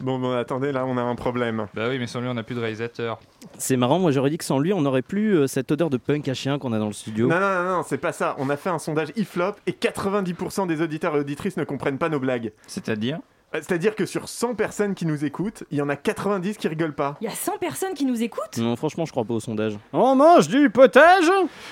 Bon, bon, attendez, là, on a un problème. Bah oui, mais sans lui, on n'a plus de réalisateur. C'est marrant, moi j'aurais dit que sans lui, on n'aurait plus euh, cette odeur de punk à chien qu'on a dans le studio. Non, non, non, non, c'est pas ça. On a fait un sondage iflop et 90% des auditeurs et auditrices ne comprennent pas nos blagues. C'est-à-dire Euh, C'est-à-dire que sur 100 personnes qui nous écoutent, il y en a 90 qui rigolent pas. Il y a 100 personnes qui nous écoutent Non, franchement, je crois pas au sondage. On mange du potage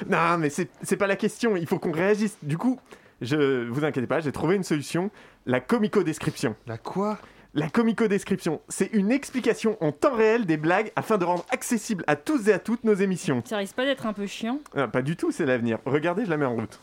Non, mais c'est c'est pas la question. Il faut qu'on réagisse. Du coup, je vous inquiétez pas, j'ai trouvé une solution. La comico-description. La quoi La comico-description, c'est une explication en temps réel des blagues afin de rendre accessible à tous et à toutes nos émissions. Ça risque pas d'être un peu chiant Ah, pas du tout, c'est l'avenir. Regardez, je la mets en route.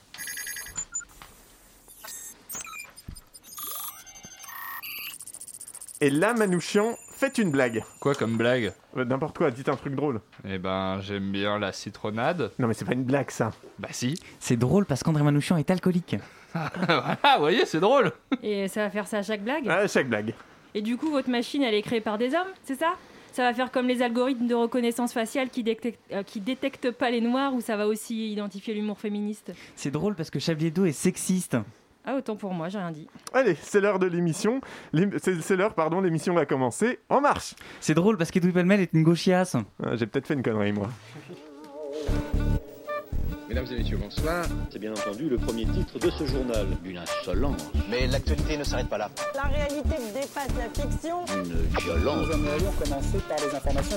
Et là, Manouchian, faites une blague. Quoi comme blague Euh, N'importe quoi, dites un truc drôle. Eh ben, j'aime bien la citronnade. Non, mais c'est pas une blague, ça. Bah si. C'est drôle parce qu'André Manouchian est alcoolique. voilà, vous voyez, c'est drôle. Et ça va faire ça à chaque blague Ah, chaque blague. Et du coup, votre machine, elle est créée par des hommes, c'est ça Ça va faire comme les algorithmes de reconnaissance faciale qui, détectent, euh, qui détectent pas les noirs ou ça va aussi identifier l'humour féministe C'est drôle parce que Xavier Do est sexiste. Ah, autant pour moi, j'ai rien dit. Allez, c'est l'heure de l'émission. L'ém- C'est c'est l'heure, pardon, l'émission va commencer. En marche C'est drôle parce qu'Edoui Pelmel est une gauchiasse. Ah, J'ai peut-être fait une connerie, moi. Mesdames et messieurs, bonsoir. C'est bien entendu le premier titre de ce journal. Une insolence, Mais l'actualité ne s'arrête pas là. La réalité dépasse la fiction. une violence.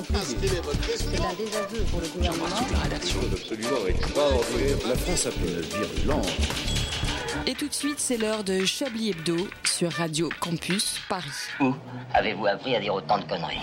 C'est un désaveu pour le gouvernement. absolument extraordinaire. La France a fait une violence. Et tout de suite, c'est l'heure de Chablis Hebdo sur Radio Campus Paris. Oh. Avez-vous appris à dire autant de conneries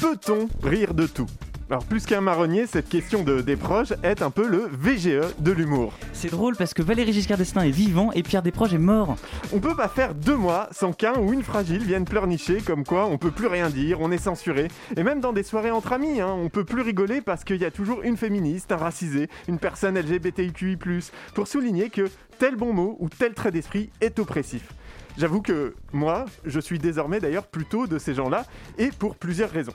Peut-on rire de tout Alors, plus qu'un marronnier, cette question de des proches est un peu le VGE de l'humour. C'est drôle parce que Valéry Giscard d'Estaing est vivant et Pierre Desproges est mort. On peut pas faire deux mois sans qu'un ou une fragile vienne pleurnicher comme quoi on peut plus rien dire, on est censuré. Et même dans des soirées entre amis, hein, on peut plus rigoler parce qu'il y a toujours une féministe, un racisé, une personne LGBTQI+, pour souligner que tel bon mot ou tel trait d'esprit est oppressif. J'avoue que moi, je suis désormais d'ailleurs plutôt de ces gens-là, et pour plusieurs raisons.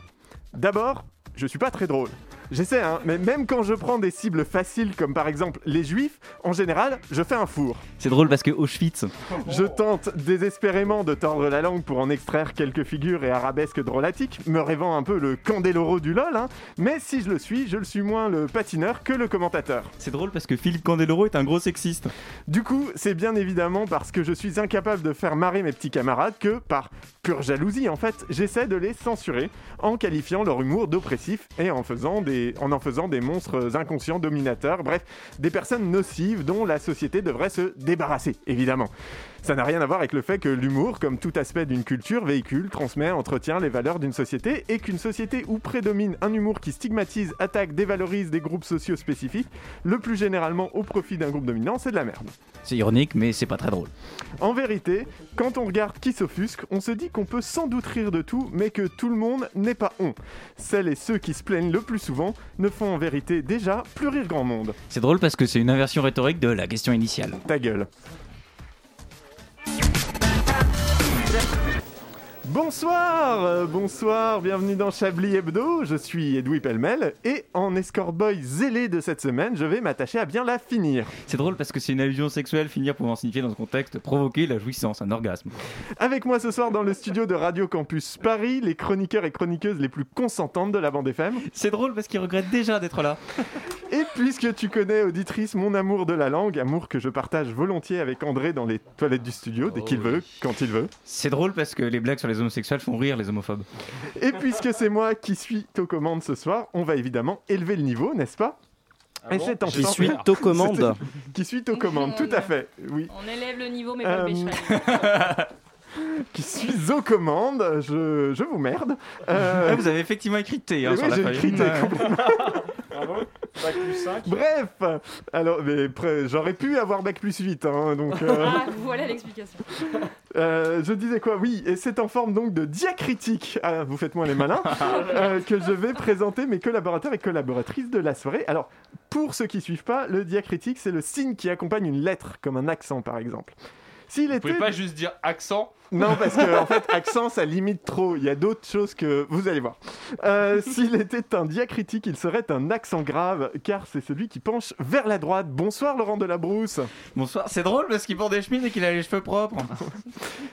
D'abord, je suis pas très drôle. J'essaie, hein, mais même quand je prends des cibles faciles comme par exemple les juifs, en général, je fais un four. C'est drôle parce que Auschwitz. Je tente désespérément de tordre la langue pour en extraire quelques figures et arabesques drôlatiques, me rêvant un peu le Candeloro du LOL, hein, mais si je le suis, je le suis moins le patineur que le commentateur. C'est drôle parce que Philippe Candeloro est un gros sexiste. Du coup, c'est bien évidemment parce que je suis incapable de faire marrer mes petits camarades que, par pure jalousie en fait, j'essaie de les censurer en qualifiant leur humour d'oppressif et en, faisant des, en en faisant des monstres inconscients dominateurs, bref, des personnes nocives dont la société devrait se débarrasser, évidemment. Ça n'a rien à voir avec le fait que l'humour, comme tout aspect d'une culture, véhicule, transmet, entretient les valeurs d'une société et qu'une société où prédomine un humour qui stigmatise, attaque, dévalorise des groupes sociaux spécifiques, le plus généralement au profit d'un groupe dominant, c'est de la merde. C'est ironique mais c'est pas très drôle. En vérité, quand on regarde qui s'offusque, on se dit qu'on peut sans doute rire de tout, mais que tout le monde n'est pas on. Celles et ceux qui se plaignent le plus souvent ne font en vérité déjà plus rire grand monde. C'est drôle parce que c'est une inversion rhétorique de la question initiale. Ta gueule. Bonsoir, euh, bonsoir, bienvenue dans Chablis Hebdo, je suis Edoui Pellemel et en escort boy zélé de cette semaine, je vais m'attacher à bien la finir. C'est drôle parce que c'est une allusion sexuelle finir pouvant signifier dans ce contexte provoquer la jouissance, un orgasme. Avec moi ce soir dans le studio de Radio Campus Paris, les chroniqueurs et chroniqueuses les plus consentantes de la bande FM. C'est drôle parce qu'il regrette déjà d'être là. Et puisque tu connais, auditrice, mon amour de la langue, amour que je partage volontiers avec André dans les toilettes du studio, dès Oh qu'il oui. veut, quand il veut. C'est drôle parce que les blagues sur les homosexuels font rire les homophobes. Et puisque c'est moi qui suis aux commandes ce soir, on va évidemment élever le niveau, n'est-ce pas Ah Et c'est en J'y faisant- suis aux commandes. Qui suis aux commandes, tout à fait, oui. On élève le niveau, mais pas Euh, le bécherel. Qui suis aux commandes, je, je vous merde. Euh, Ah, vous avez effectivement écrit T hein, Et sur oui, la j'ai feuille. écrit euh, T, Ouais. Bref Alors, mais pre- j'aurais pu avoir bac plus 8, hein, donc... euh, Ah, voilà l'explication. Euh, je disais quoi Oui, et c'est en forme donc de diacritique, ah, vous faites moi les malins, euh, que je vais présenter mes collaborateurs et collaboratrices de la soirée. Alors, pour ceux qui suivent pas, le diacritique, c'est le signe qui accompagne une lettre, comme un accent par exemple. S'il Vous pouvez était... pas juste dire accent Oh Non, parce que en fait, accent, ça limite trop. Il y a d'autres choses que vous allez voir. Euh, S'il était un diacritique, il serait un accent grave, car c'est celui qui penche vers la droite. Bonsoir, Laurent Delabrousse. Bonsoir, c'est drôle parce qu'il porte des chemises et qu'il a les cheveux propres.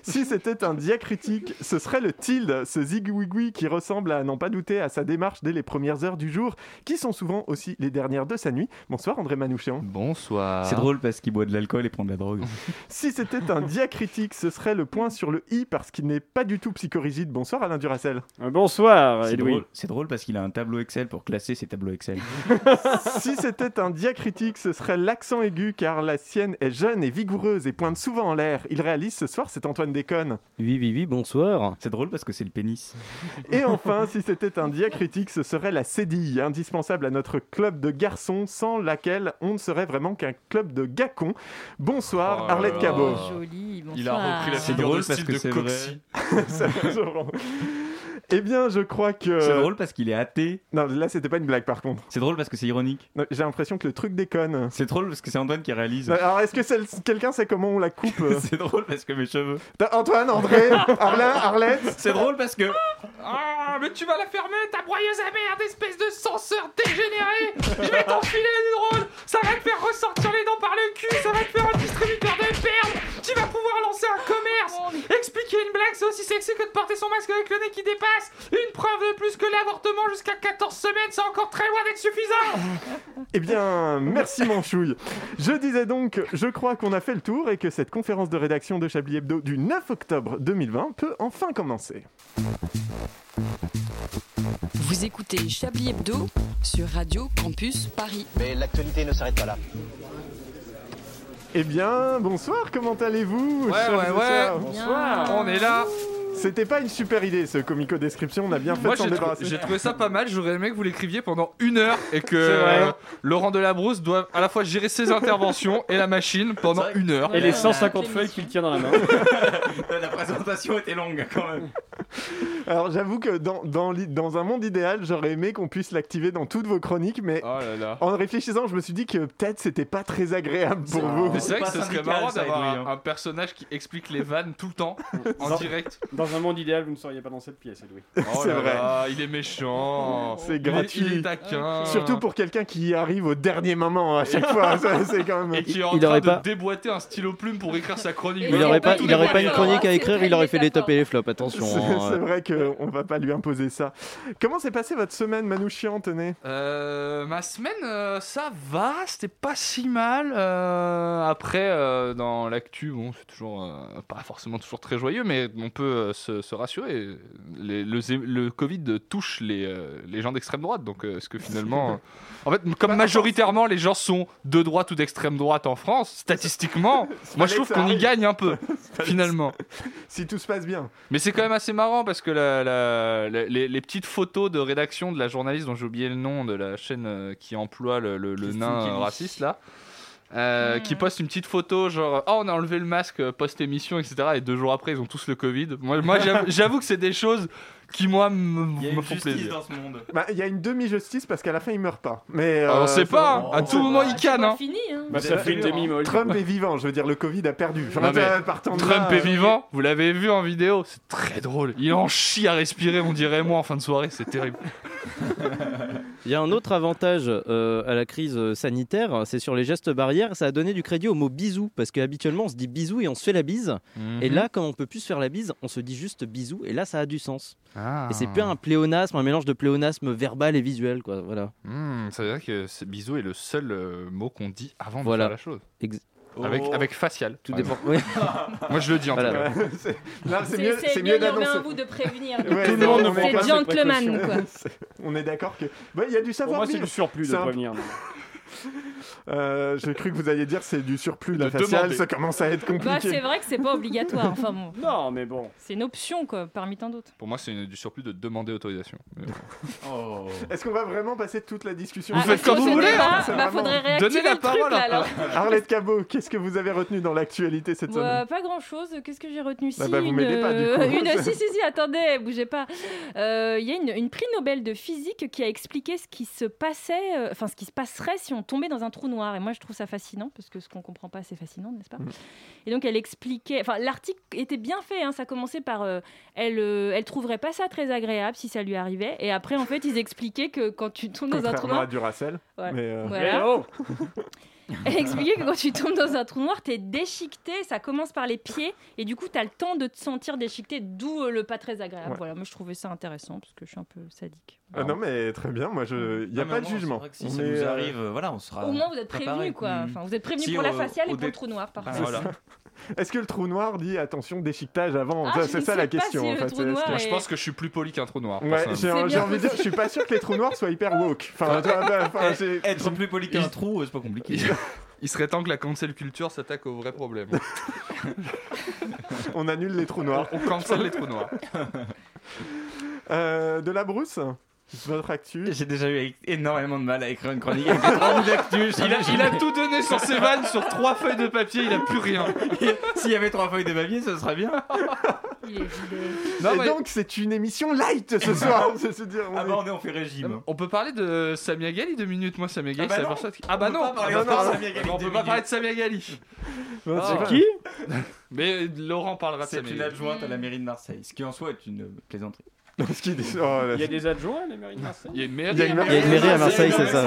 Si c'était un diacritique, ce serait le tilde, ce zigouigoui qui ressemble à n'en pas douter à sa démarche dès les premières heures du jour, qui sont souvent aussi les dernières de sa nuit. Bonsoir, André Manouchian. Bonsoir. C'est drôle parce qu'il boit de l'alcool et prend de la drogue. Si c'était un diacritique, ce serait le point sur le i parce qu'il n'est pas du tout psychorigide. Bonsoir, Alain Duracel. Euh, Bonsoir, C'est Edoui. drôle, c'est drôle parce qu'il a un tableau Excel pour classer ses tableaux Excel. Si c'était un diacritique, ce serait l'accent aigu, car la sienne est jeune et vigoureuse et pointe souvent en l'air. Il réalise ce soir, c'est Antoine Déconne. Oui, oui, oui, bonsoir. C'est drôle parce que c'est le pénis. Et enfin, si c'était un diacritique, ce serait la cédille, indispensable à notre club de garçons, sans laquelle on ne serait vraiment qu'un club de gacons. Bonsoir, Oh là Arlette là. Cabot. Ah. Joli, bonsoir. Il a repris la C'est figure drôle de parce style que de c'est Coxy. Ça vous aura- Eh bien, je crois que. C'est drôle parce qu'il est athée. Non, là, c'était pas une blague par contre. C'est drôle parce que c'est ironique. Non, J'ai l'impression que le truc déconne. C'est drôle parce que c'est Antoine qui réalise. Bah, Alors, est-ce que celle- quelqu'un sait comment on la coupe euh C'est drôle parce que mes cheveux. Antoine, André, Arlin, Arlette C'est drôle parce que. Ah, mais tu vas la fermer, ta broyeuse à merde, espèce de censeur dégénéré Je vais t'enfiler les neurones Ça va te faire ressortir les dents par le cul, ça va te faire un distributeur de perles Tu vas pouvoir lancer un commerce Expliquer une blague, c'est aussi sexy que de porter son masque avec le nez qui dépasse Une preuve de plus que l'avortement jusqu'à 14 semaines, c'est encore très loin d'être suffisant Eh bien, merci Manchouille. Je disais donc, je crois qu'on a fait le tour et que cette conférence de rédaction de Chablis Hebdo du 9 octobre 2020 peut enfin commencer. Vous écoutez Chablis Hebdo sur Radio Campus Paris. Mais l'actualité ne s'arrête pas là. Eh bien, bonsoir, comment allez-vous Ouais, chers ouais, auditeurs ouais. Bonsoir. On est là C'était pas une super idée ce comico-description, on a bien fait Moi de s'en j'ai trou- débarrasser. j'ai trouvé ça pas mal, j'aurais aimé que vous l'écriviez pendant une heure et que euh, Laurent Delabrousse doive à la fois gérer ses interventions et la machine pendant une heure. Et les Ouais, 150 ouais, feuilles qu'il tient dans la main. La présentation était longue quand même. Alors j'avoue que dans, dans l'i- dans un monde idéal, j'aurais aimé qu'on puisse l'activer dans toutes vos chroniques, mais Oh là là. en réfléchissant, je me suis dit que peut-être c'était pas très agréable pour C'est- vous. Mais c'est vrai que pas ce serait syndical, marrant ça, d'avoir Edoui, un, hein. un personnage qui explique les vannes tout le temps en Non. direct. Dans un monde idéal, vous ne seriez pas dans cette pièce, Edoui. Oh C'est là vrai. là, il est méchant. Oh. C'est Il est- gratuit. Il est taquin. Surtout pour quelqu'un qui y arrive au dernier moment à chaque fois, ça, c'est quand même... Et qui est en Il train aurait de pas- déboîter un stylo plume pour écrire sa chronique. Il Il aurait n'aurait pas- pas, il il aurait pas une métaphore. chronique à C'est écrire, pas il une aurait fait les métaphore. tops et les flops, attention. C'est hein, c'est euh. vrai qu'on va pas lui imposer ça. Comment s'est passée votre semaine, Manouchian, tenez Euh, ma semaine, euh, ça va, c'était pas si mal. Euh, après, euh, dans l'actu, bon, c'est toujours euh, pas forcément toujours très joyeux, mais on peut euh, se, se rassurer. Les- le, zé- le Covid touche les, euh, les gens d'extrême droite, donc euh, est-ce que finalement, euh, en fait, Bah, comme majoritairement les gens sont de droite ou d'extrême droite en France, statistiquement, moi fallait je trouve que ça qu'on y arrive. gagne un peu finalement. Si tout se passe bien. Mais c'est quand même assez marrant parce que la- la- la- les, les petites photos de rédaction de la journaliste dont j'ai oublié le nom de la chaîne euh, qui emploie le, le- le Christine nain euh, Kelly. raciste là. euh, Mm. Qui poste une petite photo genre oh on a enlevé le masque euh, post-émission etc et deux jours après ils ont tous le Covid moi, moi, j'avoue- j'avoue que c'est des choses qui moi m- Il y a me une font justice plaisir dans ce monde. Bah, Il y a une demi-justice parce qu'à la fin, il meurt pas. Mais, Ah, on euh, sait faut- pas hein. à on tout sait moment Ah, il c'est canne pas hein. fini, hein. Bah, ça fait une demi-molle. Trump est vivant, je veux dire, le Covid a perdu. Enfin, Non, mais euh, partant de Trump là, est euh, vivant vous l'avez vu en vidéo c'est très drôle il en chie à respirer on dirait moi en fin de soirée c'est terrible Il y a un autre avantage euh, à la crise euh, sanitaire, c'est sur les gestes barrières, ça a donné du crédit au mot bisou, parce qu'habituellement on se dit bisou et on se fait la bise, et là quand on peut plus se faire la bise, on se dit juste bisou, et là ça a du sens. Et c'est bien bien un pléonasme, un mélange de pléonasme verbal et visuel, quoi, voilà. Hmm, ça veut dire que ce bisou est le seul euh, mot qu'on dit avant de Voilà. faire la chose. Ex- Avec, Oh. avec facial. Tout par dépend. Ouais. exemple. Moi je le dis en Voilà. tout cas. ouais, c'est- là, c'est C'est mieux, c'est c'est mieux bien urbain à d'annoncer. vous de prévenir. Ouais, Tout le monde ne on prend est- pas C'est ses gentleman, précautions. quoi. On est d'accord que. Bah, Il y a du Pour savoir moi, c'est vivre. du surplus C'est de un- prévenir. Euh, je cru que vous alliez dire c'est du surplus de la De faciale, demander. ça commence à être Bah, compliqué. c'est vrai que c'est pas obligatoire. Enfin bon, Non, mais bon. c'est une option, quoi, parmi tant d'autres. Pour moi c'est une- du surplus de demander autorisation. Mais bon. Oh. Est-ce qu'on va vraiment passer toute la discussion Vous Ah, faites sur comme ce vous voulez, débat, hein, c'est bah, vraiment- faudrait réactiver Donnez la le truc, parole, là, hein. alors. Bah, Arlette Cabot, qu'est-ce que vous avez retenu dans l'actualité cette semaine Ouais, pas grand chose. Qu'est-ce que j'ai retenu Bah, Si, bah, vous une, m'aidez pas, du euh, coup. une- si, si, si, attendez, bougez pas. Euh, Il y a une, une prix Nobel de physique qui a expliqué ce qui se passait, euh, enfin ce qui se passerait si on vont tomber dans un trou noir. Et moi, je trouve ça fascinant, parce que ce qu'on comprend pas, c'est fascinant, n'est-ce pas Mm. Et donc, elle expliquait. Enfin, l'article était bien fait. hein. Ça commençait par euh, elle, euh, elle trouverait pas ça très agréable si ça lui arrivait. Et après, en fait, ils expliquent que quand tu tombes dans un trou Contrairement noir, à Duracell. Voilà. Mais euh, Voilà. Elle expliquait que quand tu tombes dans un trou noir, t'es déchiqueté, ça commence par les pieds, et du coup, t'as le temps de te sentir déchiqueté, d'où euh, le pas très agréable. Ouais. Voilà, moi je trouvais ça intéressant, parce que je suis un peu sadique. ah non, mais très bien. Moi, je. Il n'y a pas de jugement. Si On ça est, nous euh, arrive, euh, voilà, on sera. Au moins, vous êtes préparé. prévenus, quoi. Mm. Enfin, vous êtes prévenus Si, pour la au- faciale et au pour dé- le trou noir, par Bah, contre. voilà. Est-ce que le trou noir dit attention déchiquetage avant Ah, Ça, je C'est ne ça sais la pas question si en le fait. trou Est-ce noir que- Moi, Ouais. je pense que je suis plus poli qu'un trou noir. Ouais, personnellement. j'ai bien j'ai envie de dire, possible. je suis pas sûr que les trous noirs soient hyper woke. Enfin, tu vois, bah, Eh, enfin, c'est- Être plus poli qu'un Il- trou, euh, c'est pas compliqué. Il- Il serait temps que la cancel culture s'attaque aux vrais problèmes. on annule les trous noirs. On cancel les trous noirs. Euh, de la brousse Votre actu J'ai déjà eu énormément de mal à écrire une chronique avec des trames d'actu. Je- Il a, il a tout donné sur ses vannes, sur trois feuilles de papier, il a plus rien. S'il y avait trois feuilles de papier, ce serait bien. Il est vidé. Non, Et mais donc, c'est une émission light ce soir. c'est se dire, on Ah est- bah on est on fait régime. on peut parler de Samia Gali deux minutes, moi Samia Gali, Ah bah c'est la non. personne qui- Ah bah non, On peut pas parler Ah bah de non, Samia non. Gali on deux peut pas minutes. parler de Samia Gali. Non, Ah. c'est pas- Qui Mais Laurent parlera de C'est Samia une Gali. adjointe à la mairie de Marseille, ce qui en soi est une euh, plaisanterie. Ce qui dit- oh, là, Il y a des adjoints à la mairie de Marseille Il y a une mairie, Il y a une Il y a une mairie à Marseille, c'est mais ça.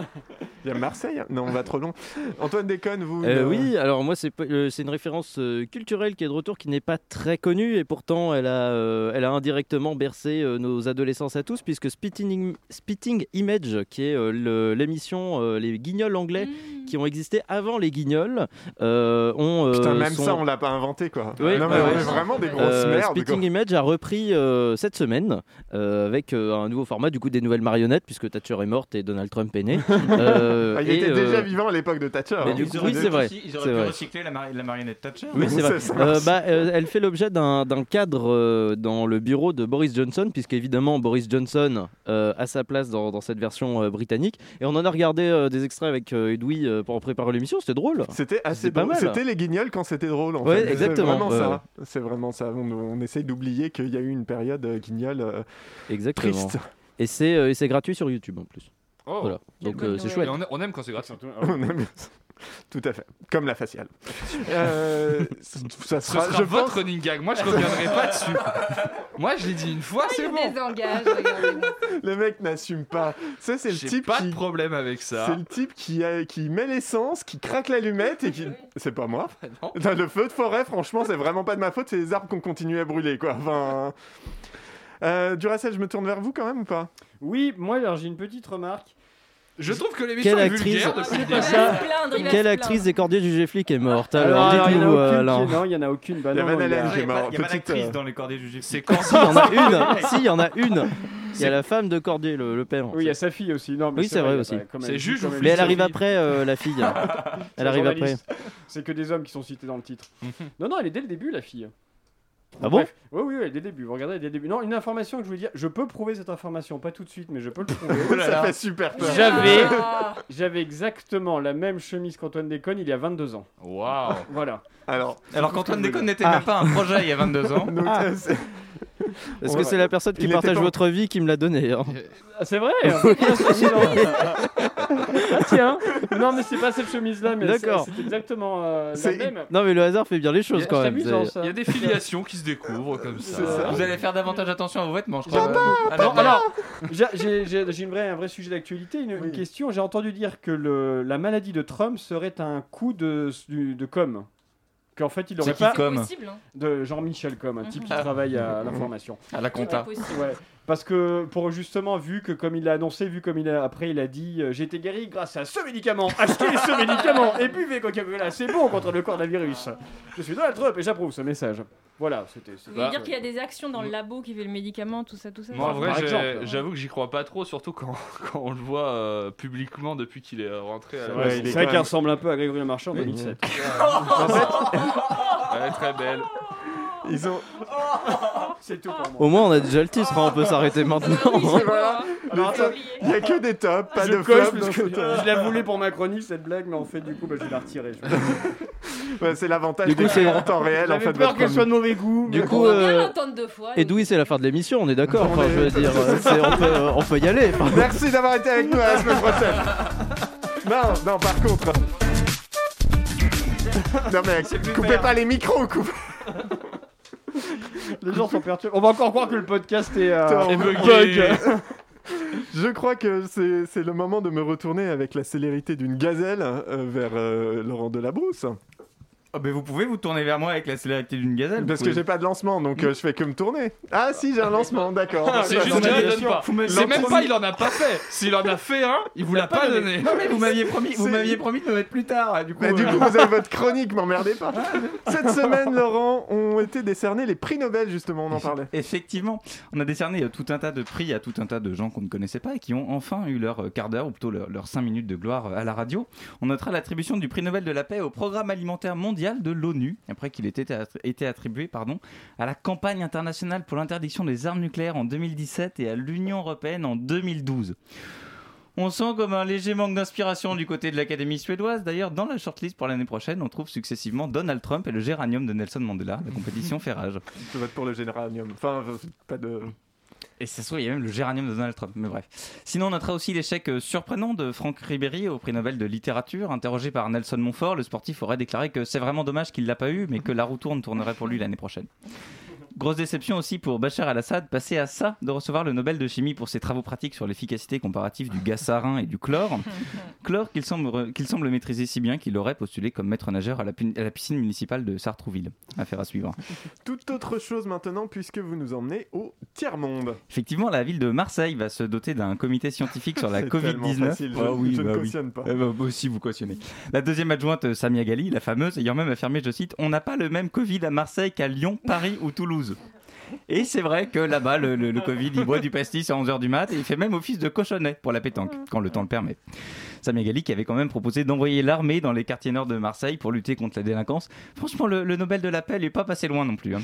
ouais. il y a Marseille hein Non, on va trop long. Antoine Déconne, vous. Euh, euh, oui, alors moi c'est pas- euh, c'est une référence euh, culturelle qui est de retour, qui n'est pas très connue et pourtant elle a, euh, elle a indirectement bercé euh, nos adolescences à tous puisque Spitting, Spitting Image, qui est euh, le- l'émission euh, les Guignols anglais Mm. qui ont existé avant les Guignols, euh, ont euh, Putain, même sont- ça, on l'a pas inventé quoi. Oui, non, mais ouais, on ouais. est vraiment des grosses euh, merdes. Spitting Image a repris euh, cette semaine euh, avec euh, un nouveau format, du coup des nouvelles marionnettes puisque Thatcher est morte et Donald Trump est né. Euh, quoi. Ah, il et, était déjà euh, vivant à l'époque de Thatcher. Mais hein. du Ils coup, auraient oui, pu c'est vrai, aussi- Ils c'est auraient vrai. pu recycler la, mari- la marionnette Thatcher. Oui, c'est vrai. Ça, ça Euh, marche. bah, euh, elle fait l'objet d'un d'un cadre euh, dans le bureau de Boris Johnson, puisqu'évidemment Boris Johnson euh, a sa place dans, dans cette version euh, britannique. Et on en a regardé euh, des extraits avec euh, Edoui euh, pour préparer l'émission, c'était drôle. C'était assez C'est pas drôle. mal. C'était les guignols quand c'était drôle. En Ouais, fait. exactement, C'est vraiment ouais, ça. C'est vraiment ça. On, on essaye d'oublier qu'il y a eu une période euh, guignol euh, Exactement. triste. Et c'est euh, et c'est gratuit sur YouTube en plus. Oh. Voilà. Quelle Donc bonne euh, c'est nouvelle. Et chouette. on, on aime quand c'est gratuit. Surtout, ah ouais. On aime ça. Tout à fait. Comme la faciale. Euh, ça Ce sera, sera je votre pense- running gag, moi je reviendrai pas dessus. Moi je l'ai dit une fois, c'est Il bon. désengage, regardez-moi. Le mec n'assume pas. Ça, c'est le J'ai type pas qui. de problème avec ça. C'est le type qui, a- qui met l'essence, qui craque l'allumette et qui. C'est pas moi. Ah non. Dans le feu de forêt, franchement, c'est vraiment pas de ma faute, c'est les arbres qu'on continue à brûler, quoi. Enfin. Euh, Duracell, je me tourne vers vous quand même ou pas Oui, moi alors j'ai une petite remarque. Je trouve que l'émission Quelle est vulgaire actrice depuis le Il va début. se ça. plaindre, il va se Quelle plaindre. actrice des Cordiers du Géflic est morte Alors, Ah, il y en a dites-nous, aucune euh, qui- Alain. Non, il y en a aucune. Bah Il y a non, Van il y a- Halen. Il y a J'ai marre. pas- il y a pas Petite, d'actrice euh, dans les cordiers du GFI. C'est quand Si, il y en a une. Si, il y en a une. Il y a la femme de Cordier, le, le père. Oui, il y a sa fille aussi. Non, mais Oui, c'est vrai il y a aussi. pas- quand même- C'est juge ou quand même- Mais elle Lisa arrive Lee. après, euh, la fille. Elle arrive après. journaliste. C'est que des hommes qui sont cités dans le titre. Mhm. non, non, elle est dès le début, la fille. Ah bon Bref. Oui, oui, oui, dès le début. Vous regardez, dès le début. Non, une information que je voulais dire. Je peux prouver cette information, pas tout de suite, mais je peux le Oh prouver. Ça fait super peur. J'avais, Ah. j'avais exactement la même chemise qu'Antoine Déconne il y a 22 ans. Waouh. Voilà. Alors, Alors qu'Antoine Déconne n'était Ah. même pas un projet il y a 22 ans. donc, euh, c'est- Est-ce On que va- c'est la personne Il qui était partage pas- votre vie qui me l'a donné Euh, hein Ah, c'est vrai Ah tiens Non, mais c'est pas cette chemise-là, mais c'est D'accord. c'est exactement euh, la C'est- même. Non mais le hasard fait bien les choses C'est quand C'est même. amusant, c'est- ça. Il y a des filiations qui se découvrent comme ça. C'est ça. Vous allez faire davantage attention à vos vêtements, je crois. Ah, Non, non, alors, j'ai- j'ai j'ai- j'ai une vraie- un vrai sujet d'actualité, une, une Oui. question. J'ai entendu dire que le, la maladie de Trump serait un coup de, du- de com. Qu'en fait, il C'est n'aurait qui pas. Comme. Possible, hein. Ah. De Jean-Michel Com, un type qui Mhm. travaille à l'information. à la C'est pas compta. possible. Ouais. Parce que, pour justement, vu que comme il l'a annoncé, vu comme il a, après il a dit euh, J'ai été guéri grâce à ce médicament, achetez ce médicament et buvez Coca-Cola, c'est bon contre le coronavirus. Je suis Donald Trump et j'approuve ce message. Voilà, c'était. Vous c'était- Bah, voulez dire qu'il y a des actions dans le labo qui fait le médicament, tout ça, tout ça Moi, en Par vrai, j'ai- exemple. j'avoue que j'y crois pas trop, surtout quand, quand on le voit euh, publiquement depuis qu'il est euh, rentré à la Ouais, Ouais, c'est il est vrai quand qu'il même- ressemble un peu à Grégory Le Marchand en 2007. Elle est très belle. ils ont. C'est tout pour moi. Au moins on a déjà le titre, hein, on peut s'arrêter maintenant. Oui, c'est Voilà. bon, hein. Alors, les attends, tops- Il y a que des tops, pas je de coche flops. parce que donc- je la voulais pour ma chronique cette blague, mais en fait, du coup, bah, je vais la retirer. Je- Ouais, c'est l'avantage Du coup, des c'est- en temps réel en J'avais fait. peur votre qu'elle soit chronique. de mauvais goût. Du mais coup, On va bien euh, l'entendre deux fois. Et donc. d'où c'est la fin de l'émission, on est d'accord. On Enfin, est- Bah, je veux dire, euh, c'est- on peut, on peut y aller. enfin. Merci d'avoir été avec nous à la semaine prochaine. Non, non, par contre. Non, mais coupez faire. pas les micros, coupez. Les gens sont perturbés. On va encore croire que le podcast est. euh, Attends, Et on- bugué. Je crois que c'est c'est le moment de me retourner avec la célérité d'une gazelle euh, vers euh, Laurent Delabrousse. Oh, mais vous pouvez vous tourner vers moi avec la célérité d'une gazelle. Parce vous que pouvez- j'ai pas de lancement, donc euh, je fais que me tourner. Ah si, j'ai un lancement, d'accord. Ah, C'est juste Non, qu'il mais- ne donne pas. Vous me- C'est même pas, il en a pas fait. S'il en a fait un, il vous l'a pas donné. Non mais vous m'aviez promis, vous C'est- m'aviez promis de me mettre plus tard. Du coup, Bah, du euh, coup, vous avez votre chronique, m'emmerdez pas. Cette semaine, Laurent, ont été décernés les prix Nobel, justement, on en parlait. Effectivement, on a décerné euh, tout un tas de prix à tout un tas de gens qu'on ne connaissait pas et qui ont enfin eu leur euh, quart d'heure, ou plutôt leur, 5 minutes de gloire euh, à la radio. On notera l'attribution du prix Nobel de la paix au programme alimentaire mondial de l'ONU, après qu'il ait été attri- été attribué pardon, à la campagne internationale pour l'interdiction des armes nucléaires en 2017 et à l'Union européenne en 2012. On sent comme un léger manque d'inspiration du côté de l'Académie suédoise. D'ailleurs, dans la shortlist pour l'année prochaine, on trouve successivement Donald Trump et le géranium de Nelson Mandela. La compétition fait rage. Je vote pour le Généralium. Enfin, euh, pas de... Et ça se trouve, il y a même le géranium de Donald Trump, mais bref. Sinon, on notera aussi l'échec euh, surprenant de Franck Ribéry au prix Nobel de littérature. Interrogé par Nelson Montfort, le sportif aurait déclaré que c'est vraiment dommage qu'il l'a pas eu, mais que la roue tourne tournerait pour lui l'année prochaine. Grosse déception aussi pour Bachar al-Assad, passé à ça de recevoir le Nobel de chimie pour ses travaux pratiques sur l'efficacité comparative du gaz sarin et du chlore. Chlore qu'il semble, qu'il semble maîtriser si bien qu'il aurait postulé comme maître nageur à la, pu- à la piscine municipale de Sartrouville. Affaire à suivre. Toute autre chose maintenant, puisque vous nous emmenez au tiers-monde. Effectivement, la ville de Marseille va se doter d'un comité scientifique sur la Ah C'est tellement Covid-19. facile, Je, je ne cautionne pas. Eh ben, moi aussi, vous cautionnez. La deuxième adjointe, euh, Samia Gali, la fameuse, ayant même affirmé, je cite, On n'a pas le même Covid à Marseille qu'à Lyon, Paris ou Toulouse. Et c'est vrai que là-bas, le, le- le Covid, il boit du pastis à 11h du mat et il fait même office de cochonnet pour la pétanque, quand le temps le permet. Samia Gali qui avait quand même proposé d'envoyer l'armée dans les quartiers nord de Marseille pour lutter contre la délinquance. Franchement, le, le Nobel de la paix n'est pas passé loin non plus. hein.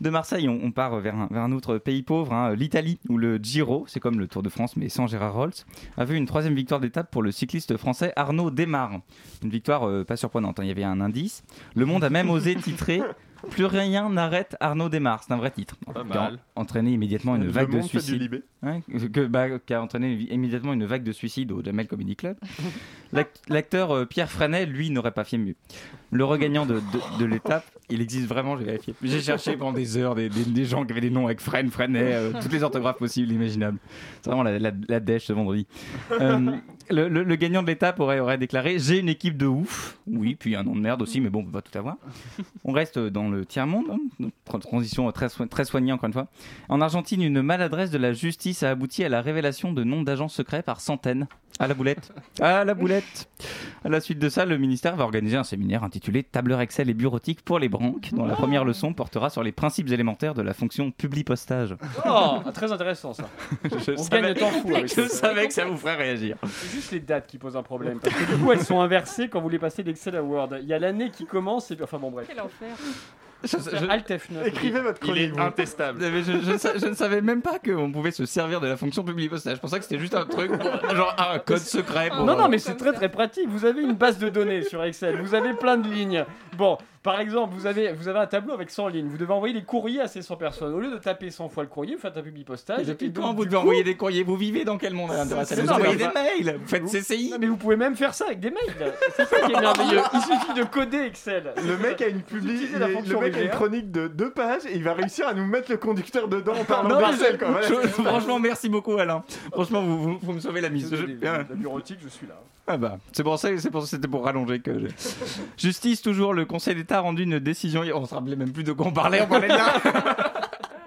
De Marseille, on, on part vers un, vers un autre pays pauvre, hein, l'Italie, où le Giro, c'est comme le Tour de France mais sans Gérard Rolls, a vu une troisième victoire d'étape pour le cycliste français Arnaud Démarre. Une victoire euh, pas surprenante, hein, il y avait un indice. Le Monde a même osé titrer Plus rien n'arrête Arnaud Démarre, c'est un vrai titre. Pas Qui a mal. entraîné immédiatement une Le vague de monde fait du suicides. Libé. Hein, que- bah, qui a entraîné immédiatement une vague de suicides au Jamel Comedy Club. L'ac- L'acteur euh, Pierre Freinet, lui, n'aurait pas fait mieux. Le regagnant de, de- de l'étape, il existe vraiment, j'ai vérifié. J'ai cherché pendant des heures des, des- des gens qui avaient des noms avec Fren, Freinet, euh, toutes les orthographes possibles, imaginables. C'est vraiment la, la, la dèche ce vendredi. Euh, le, le- le gagnant de l'étape aurait, aurait déclaré J'ai une équipe de ouf. Oui, puis un nom de merde aussi, mais bon, on peut pas tout avoir. On reste dans le tiers-monde, hein. Donc, tra- transition très, soin- très soignée encore une fois. En Argentine, une maladresse de la justice a abouti à la révélation de noms d'agents secrets par centaines. À la boulette. À la boulette. À la suite de ça, le ministère va organiser un séminaire intitulé Tableur Excel et bureautique pour les branques, dont la première leçon portera sur les principes élémentaires de la fonction publipostage. Oh, très intéressant ça. On gagne le temps fou. avec Je ça. savais que ça vous ferait réagir. C'est juste les dates qui posent un problème. Parce que du coup, elles sont inversées quand vous les passez d'Excel à Word. Il y a l'année qui commence et. Enfin bon, bref. Quel enfer. Alt F9. Écrivez votre Il chronique. est vous. intestable. Mais Je, je sa- je ne savais même pas qu'on pouvait se servir de la fonction publipostage. Je pensais que c'était juste un truc, pour- genre un code secret. Pour... euh, Non, non, mais c'est très très pratique. Vous avez une base de données sur Excel, vous avez plein de lignes. Bon, par exemple, vous avez, vous avez un tableau avec 100 lignes, vous devez envoyer les courriers à ces 100 personnes. Au lieu de taper 100 fois le courrier, vous faites un publipostage. Et depuis et donc, quand vous du devez coup- envoyer des courriers Vous vivez dans quel monde Alain Duracell c'est Vous ça, envoyez mais des enfin- mails Vous faites CCI Non, mais vous pouvez même faire ça avec des mails. C'est ça qui est merveilleux. Il suffit de coder Excel. Le mec a une publi... utilisez la il- fonction le mec a une linéaire. chronique de deux pages et il va réussir à nous mettre le conducteur dedans en Non, parlant mais d'Arcel. quoi. Voilà. Je- franchement, merci beaucoup, Alain. Franchement, vous, vous- vous me sauvez la mise. Je- Je- La bureautique, je suis là. Ah bah, c'est pour ça, c'est pour c'était pour rallonger que. je- Justice toujours. Le Conseil d'État a rendu une décision. On se rappelait même plus de quoi on parlait. On parlait de la-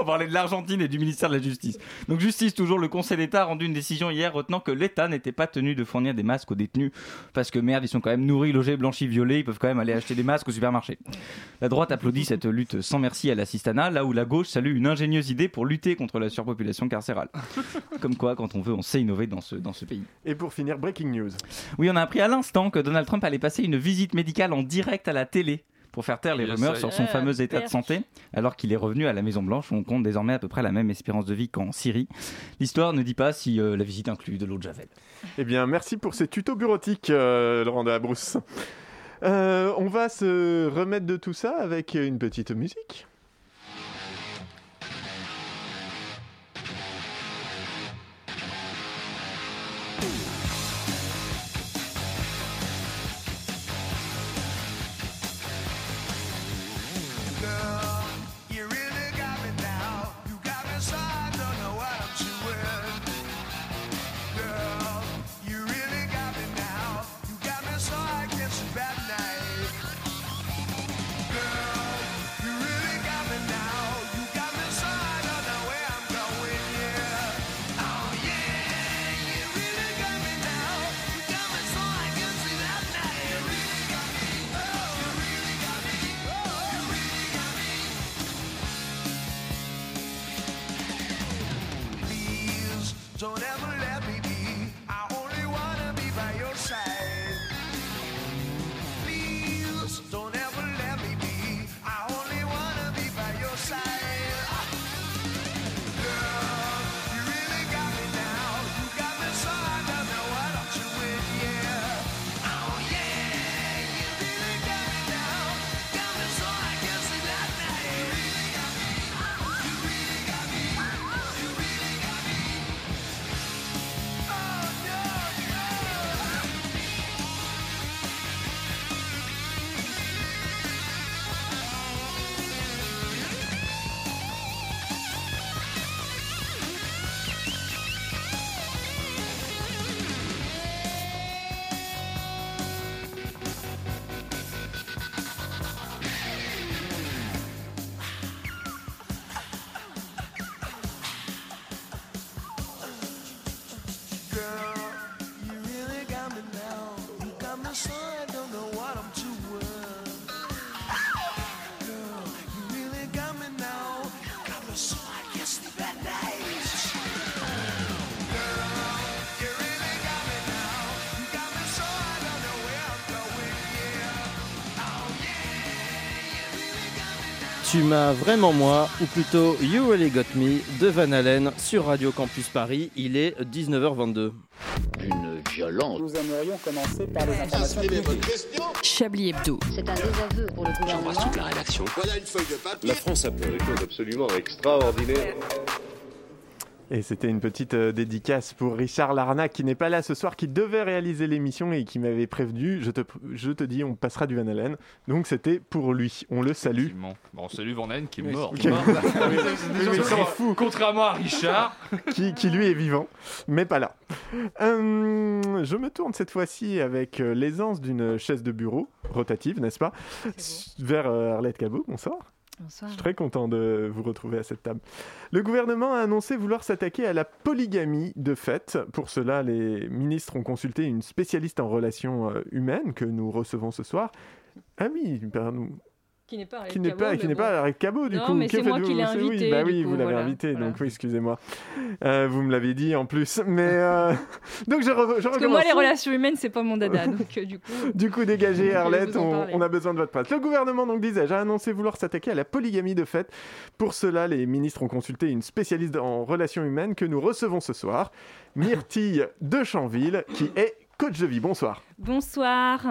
On parlait de l'Argentine et du ministère de la Justice. Donc justice toujours, le Conseil d'État a rendu une décision hier retenant que l'État n'était pas tenu de fournir des masques aux détenus parce que merde, ils sont quand même nourris, logés, blanchis, violés, ils peuvent quand même aller acheter des masques au supermarché. La droite applaudit cette lutte sans merci à l'assistanat, là où la gauche salue une ingénieuse idée pour lutter contre la surpopulation carcérale. Comme quoi, quand on veut, on sait innover dans ce, dans ce pays. Et pour finir, breaking news. Oui, on a appris à l'instant que Donald Trump allait passer une visite médicale en direct à la télé pour faire taire les Yes, rumeurs I- sur son Ah, fameux état de perche. santé, alors qu'il est revenu à la Maison Blanche où on compte désormais à peu près la même espérance de vie qu'en Syrie. L'histoire ne dit pas si euh, la visite inclut de l'eau de javel. Eh bien, merci pour ces tutos bureautiques, euh, Laurent de la Brousse. Euh, on va se remettre de tout ça avec une petite musique. Don't ever let me be. I only wanna be by your side. Please, don't ever let me be. I only wanna be by your side. Ah. Girl, you really got me now. You got me so I don't know what I'm doing. Yeah. Oh yeah, you really got me now. Got me so I can't sleep at night. You really got me. You really got me. You really got me. Oh no, no. Girl, you really got me now. You got me so I don't know what I'm doing. Girl, you really got me now. You got me so I can't sleep at night. Girl, you really got me now. You got me so I don't know where I'm going. Yeah. Oh yeah, you really got me now. Tu m'as vraiment moi, ou plutôt You Really Got Me de Van Halen sur Radio Campus Paris. Il est 19h22. Une violence. Nous aimerions commencer par les informations Chablis Hebdo. C'est un désaveu pour le gouvernement. la rédaction. Voilà une feuille de papier. La France a fait des choses absolument extraordinaires. Et c'était une petite euh, dédicace pour Richard Larnac qui n'est pas là ce soir, qui devait réaliser l'émission et qui m'avait prévenu. Je te, je te dis, on passera du Van Halen. Donc c'était pour lui. On le salue. Effectivement. Bon, salut Van Halen qui est Oui, mort. qui est mort. Des gens Oui, qui on s'en sont- fout. Contrairement à Richard, qui, qui, lui est vivant, mais pas là. Hum, je me tourne cette fois-ci avec euh, l'aisance d'une chaise de bureau rotative, n'est-ce pas, s- vers euh, Arlette Cabot. Bonsoir. Bonsoir. Je suis très content de vous retrouver à cette table. Le gouvernement a annoncé vouloir s'attaquer à la polygamie de fait. Pour cela, les ministres ont consulté une spécialiste en relations euh, humaines que nous recevons ce soir. Ah oui, pardon, Qui n'est pas qui n'est pas, qui n'est pas Arlette Cabot du Non, coup. mais Que c'est moi faites-vous qui l'ai C'est- oui, invité, bah du oui, coup, vous l'avez voilà, invité, voilà. donc oui, excusez-moi. Euh, vous me l'avez dit en plus, mais euh, donc je, re- je Parce que moi, recommence. les relations humaines, c'est pas mon dada. Donc, euh, du coup, Du coup, dégagez Je vais Arlette, vous en on, parler. on a besoin de votre presse. Le gouvernement, donc, disais-je, a annoncé vouloir s'attaquer à la polygamie de fait. Pour cela, les ministres ont consulté une spécialiste en relations humaines que nous recevons ce soir, Myrtille de Chanville, qui est coach de vie. Bonsoir. bonsoir.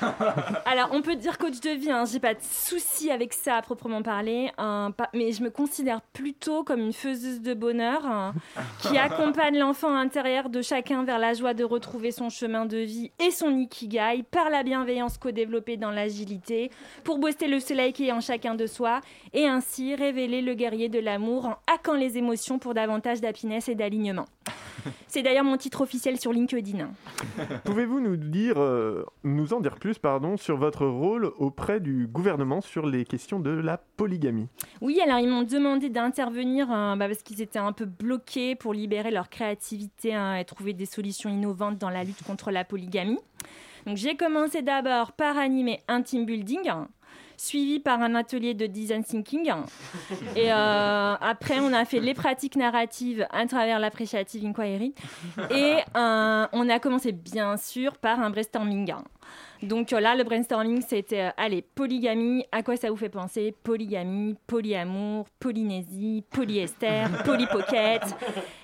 Alors, on peut dire coach de vie, hein, j'ai pas de souci avec ça à proprement parler, hein, pas- mais je me considère plutôt comme une faiseuse de bonheur hein, qui accompagne l'enfant intérieur de chacun vers la joie de retrouver son chemin de vie et son ikigai par la bienveillance co-développée dans l'agilité pour booster le soleil qui est en chacun de soi et ainsi révéler le guerrier de l'amour en hackant les émotions pour davantage d'happiness et d'alignement. C'est d'ailleurs mon titre officiel sur LinkedIn. hein. Pouvez-vous nous dire, euh, nous en dire plus, pardon, sur votre rôle auprès du gouvernement sur les questions de la polygamie Oui, alors ils m'ont demandé d'intervenir hein, bah, parce qu'ils étaient un peu bloqués pour libérer leur créativité hein, et trouver des solutions innovantes dans la lutte contre la polygamie. Donc j'ai commencé d'abord par animer un team building, hein, suivi par un atelier de design thinking. hein. Et euh, après, on a fait les pratiques narratives à travers l'appréciative inquiry. Et euh, on a commencé bien sûr par un brainstorming. hein. Donc euh, là, le brainstorming, c'était, euh, allez, polygamie, à quoi ça vous fait penser Polygamie, polyamour, polynésie, polyester, polypocket.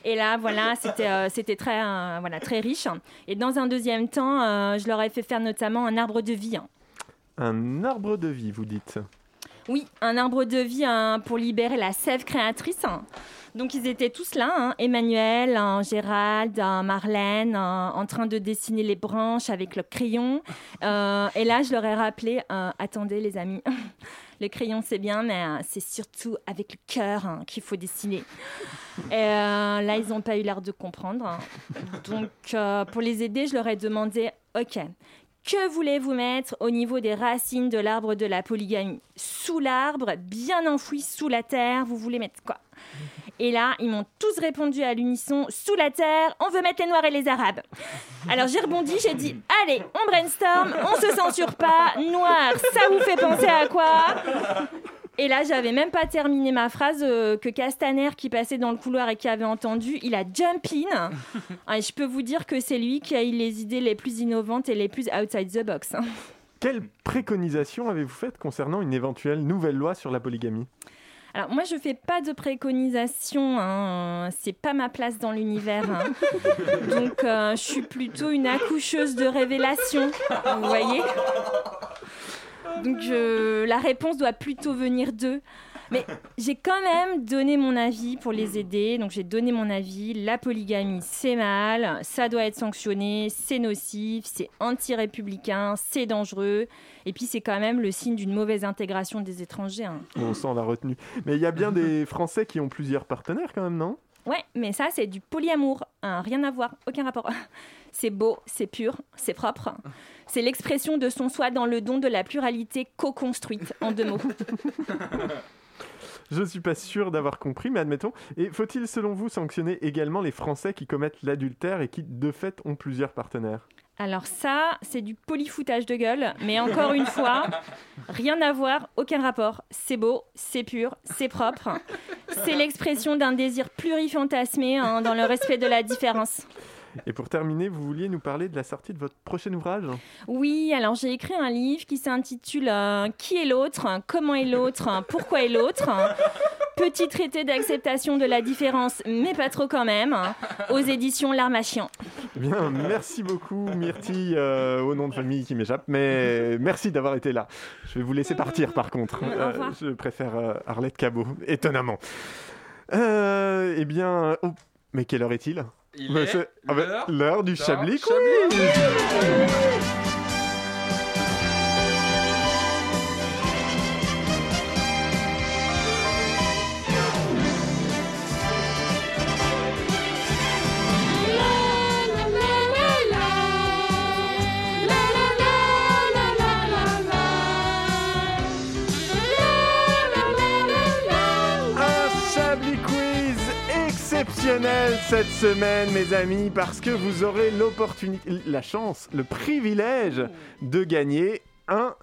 Et là, voilà, c'était euh, c'était très, euh, voilà, très riche. Et dans un deuxième temps, euh, je leur ai fait faire notamment un arbre de vie. hein. Un arbre de vie, vous dites. Oui, un arbre de vie hein, pour libérer la sève créatrice. hein. Donc ils étaient tous là, hein, Emmanuel, hein, Gérald, hein, Marlène, hein, en train de dessiner les branches avec le crayon. Euh, et là, je leur ai rappelé, euh, attendez les amis, le crayon c'est bien, mais euh, c'est surtout avec le cœur hein, qu'il faut dessiner. Et euh, là, ils n'ont pas eu l'air de comprendre. hein. Donc euh, pour les aider, je leur ai demandé, ok, que voulez-vous mettre au niveau des racines de l'arbre de la polygamie Sous l'arbre, bien enfoui sous la terre, vous voulez mettre quoi Et là, ils m'ont tous répondu à l'unisson sous la terre, on veut mettre les Noirs et les Arabes. Alors j'ai rebondi, j'ai dit allez, on brainstorm, on se censure pas, Noir, ça vous fait penser à quoi Et là, j'avais même pas terminé ma phrase euh, que Castaner, qui passait dans le couloir et qui avait entendu, il a jump in. Ah, et je peux vous dire que c'est lui qui a eu les idées les plus innovantes et les plus outside the box. hein. Quelle préconisation avez-vous faite concernant une éventuelle nouvelle loi sur la polygamie Alors moi, je fais pas de préconisation. hein. C'est pas ma place dans l'univers. hein. Donc, euh, je suis plutôt une accoucheuse de révélation. Vous voyez Donc, je- la réponse doit plutôt venir d'eux. Mais j'ai quand même donné mon avis pour les aider. Donc, j'ai donné mon avis. La polygamie, c'est mal. Ça doit être sanctionné. C'est nocif. C'est anti-républicain. C'est dangereux. Et puis, c'est quand même le signe d'une mauvaise intégration des étrangers. hein. On sent la retenue. Mais il y a bien des Français qui ont plusieurs partenaires quand même, non Ouais, mais ça, c'est du polyamour. hein, rien à voir, aucun rapport. C'est beau, c'est pur, c'est propre. C'est l'expression de son soi dans le don de la pluralité co-construite, en deux mots. Je suis pas sûr d'avoir compris, mais admettons. Et faut-il, selon vous, sanctionner également les Français qui commettent l'adultère et qui, de fait, ont plusieurs partenaires Alors ça, c'est du polyfoutage de gueule, mais encore une fois, rien à voir, aucun rapport. C'est beau, c'est pur, c'est propre. C'est l'expression d'un désir plurifantasmé hein, dans le respect de la différence. Et pour terminer, vous vouliez nous parler de la sortie de votre prochain ouvrage Oui, alors j'ai écrit un livre qui s'intitule euh, Qui est l'autre Comment est l'autre Pourquoi est l'autre Petit traité d'acceptation de la différence, mais pas trop quand même, aux éditions L'Armachian. Eh Bien, merci beaucoup Myrtille, euh, au nom de famille qui m'échappe, mais merci d'avoir été là. Je vais vous laisser partir par contre. Au revoir. je préfère euh, Arlette Cabot, étonnamment. Euh, eh bien, oh, mais quelle heure est-il Il Mais est c'est- ah ben, l'heure l'heure du d'un Chablis Quiz. Un Chablis Quiz exceptionnel cette semaine, mes amis, parce que vous aurez l'opportunité, la chance, le privilège de gagner un.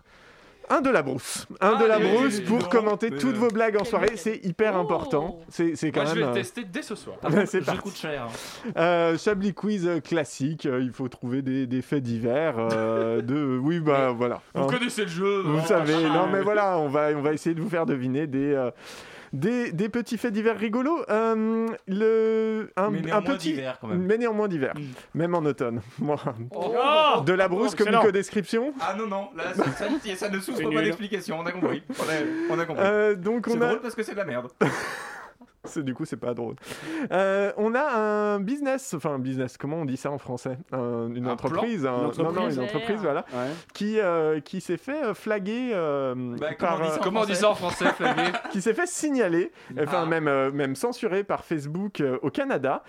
Un de la brousse. Un Ah, de la mais oui, brousse dis pour donc. commenter Mais toutes euh, vos blagues en soirée. C'est hyper important. C'est c'est quand Moi, je même. vais le euh, tester dès ce soir. Par contre, C'est je parti. coûte cher. hein. euh, Chablis quiz euh, classique. euh, Il faut trouver des, des faits divers. euh, de... Oui, bah voilà. Vous Hein. connaissez le jeu. Vous euh, hein. Ah, savez, non mais voilà, on va, on va essayer de vous faire deviner des, euh, des, des petits faits divers rigolos. Euh, le, un, Mais un néanmoins petit, divers, quand même. Mm. Mais néanmoins divers, même en automne. Moi, Oh de la brousse comme excellent. co-description. Ah non, non, là, ça, ça- ça ne C'est souffre pas nul. d'explication, on a compris. On a, on a compris. Euh, donc c'est on a, drôle parce que c'est de la merde. c'est- du coup c'est pas drôle. Euh, on a un business, enfin un business, comment on dit ça en français Un- Une Un entreprise, un- non Une non entreprise. une entreprise, voilà, qui euh, qui s'est fait euh, flaguer euh, Bah, par. comment on dit ça euh, Comment on dit ça en français, Flavier qui s'est fait signaler, enfin même, euh, même censuré par Facebook euh, au Canada,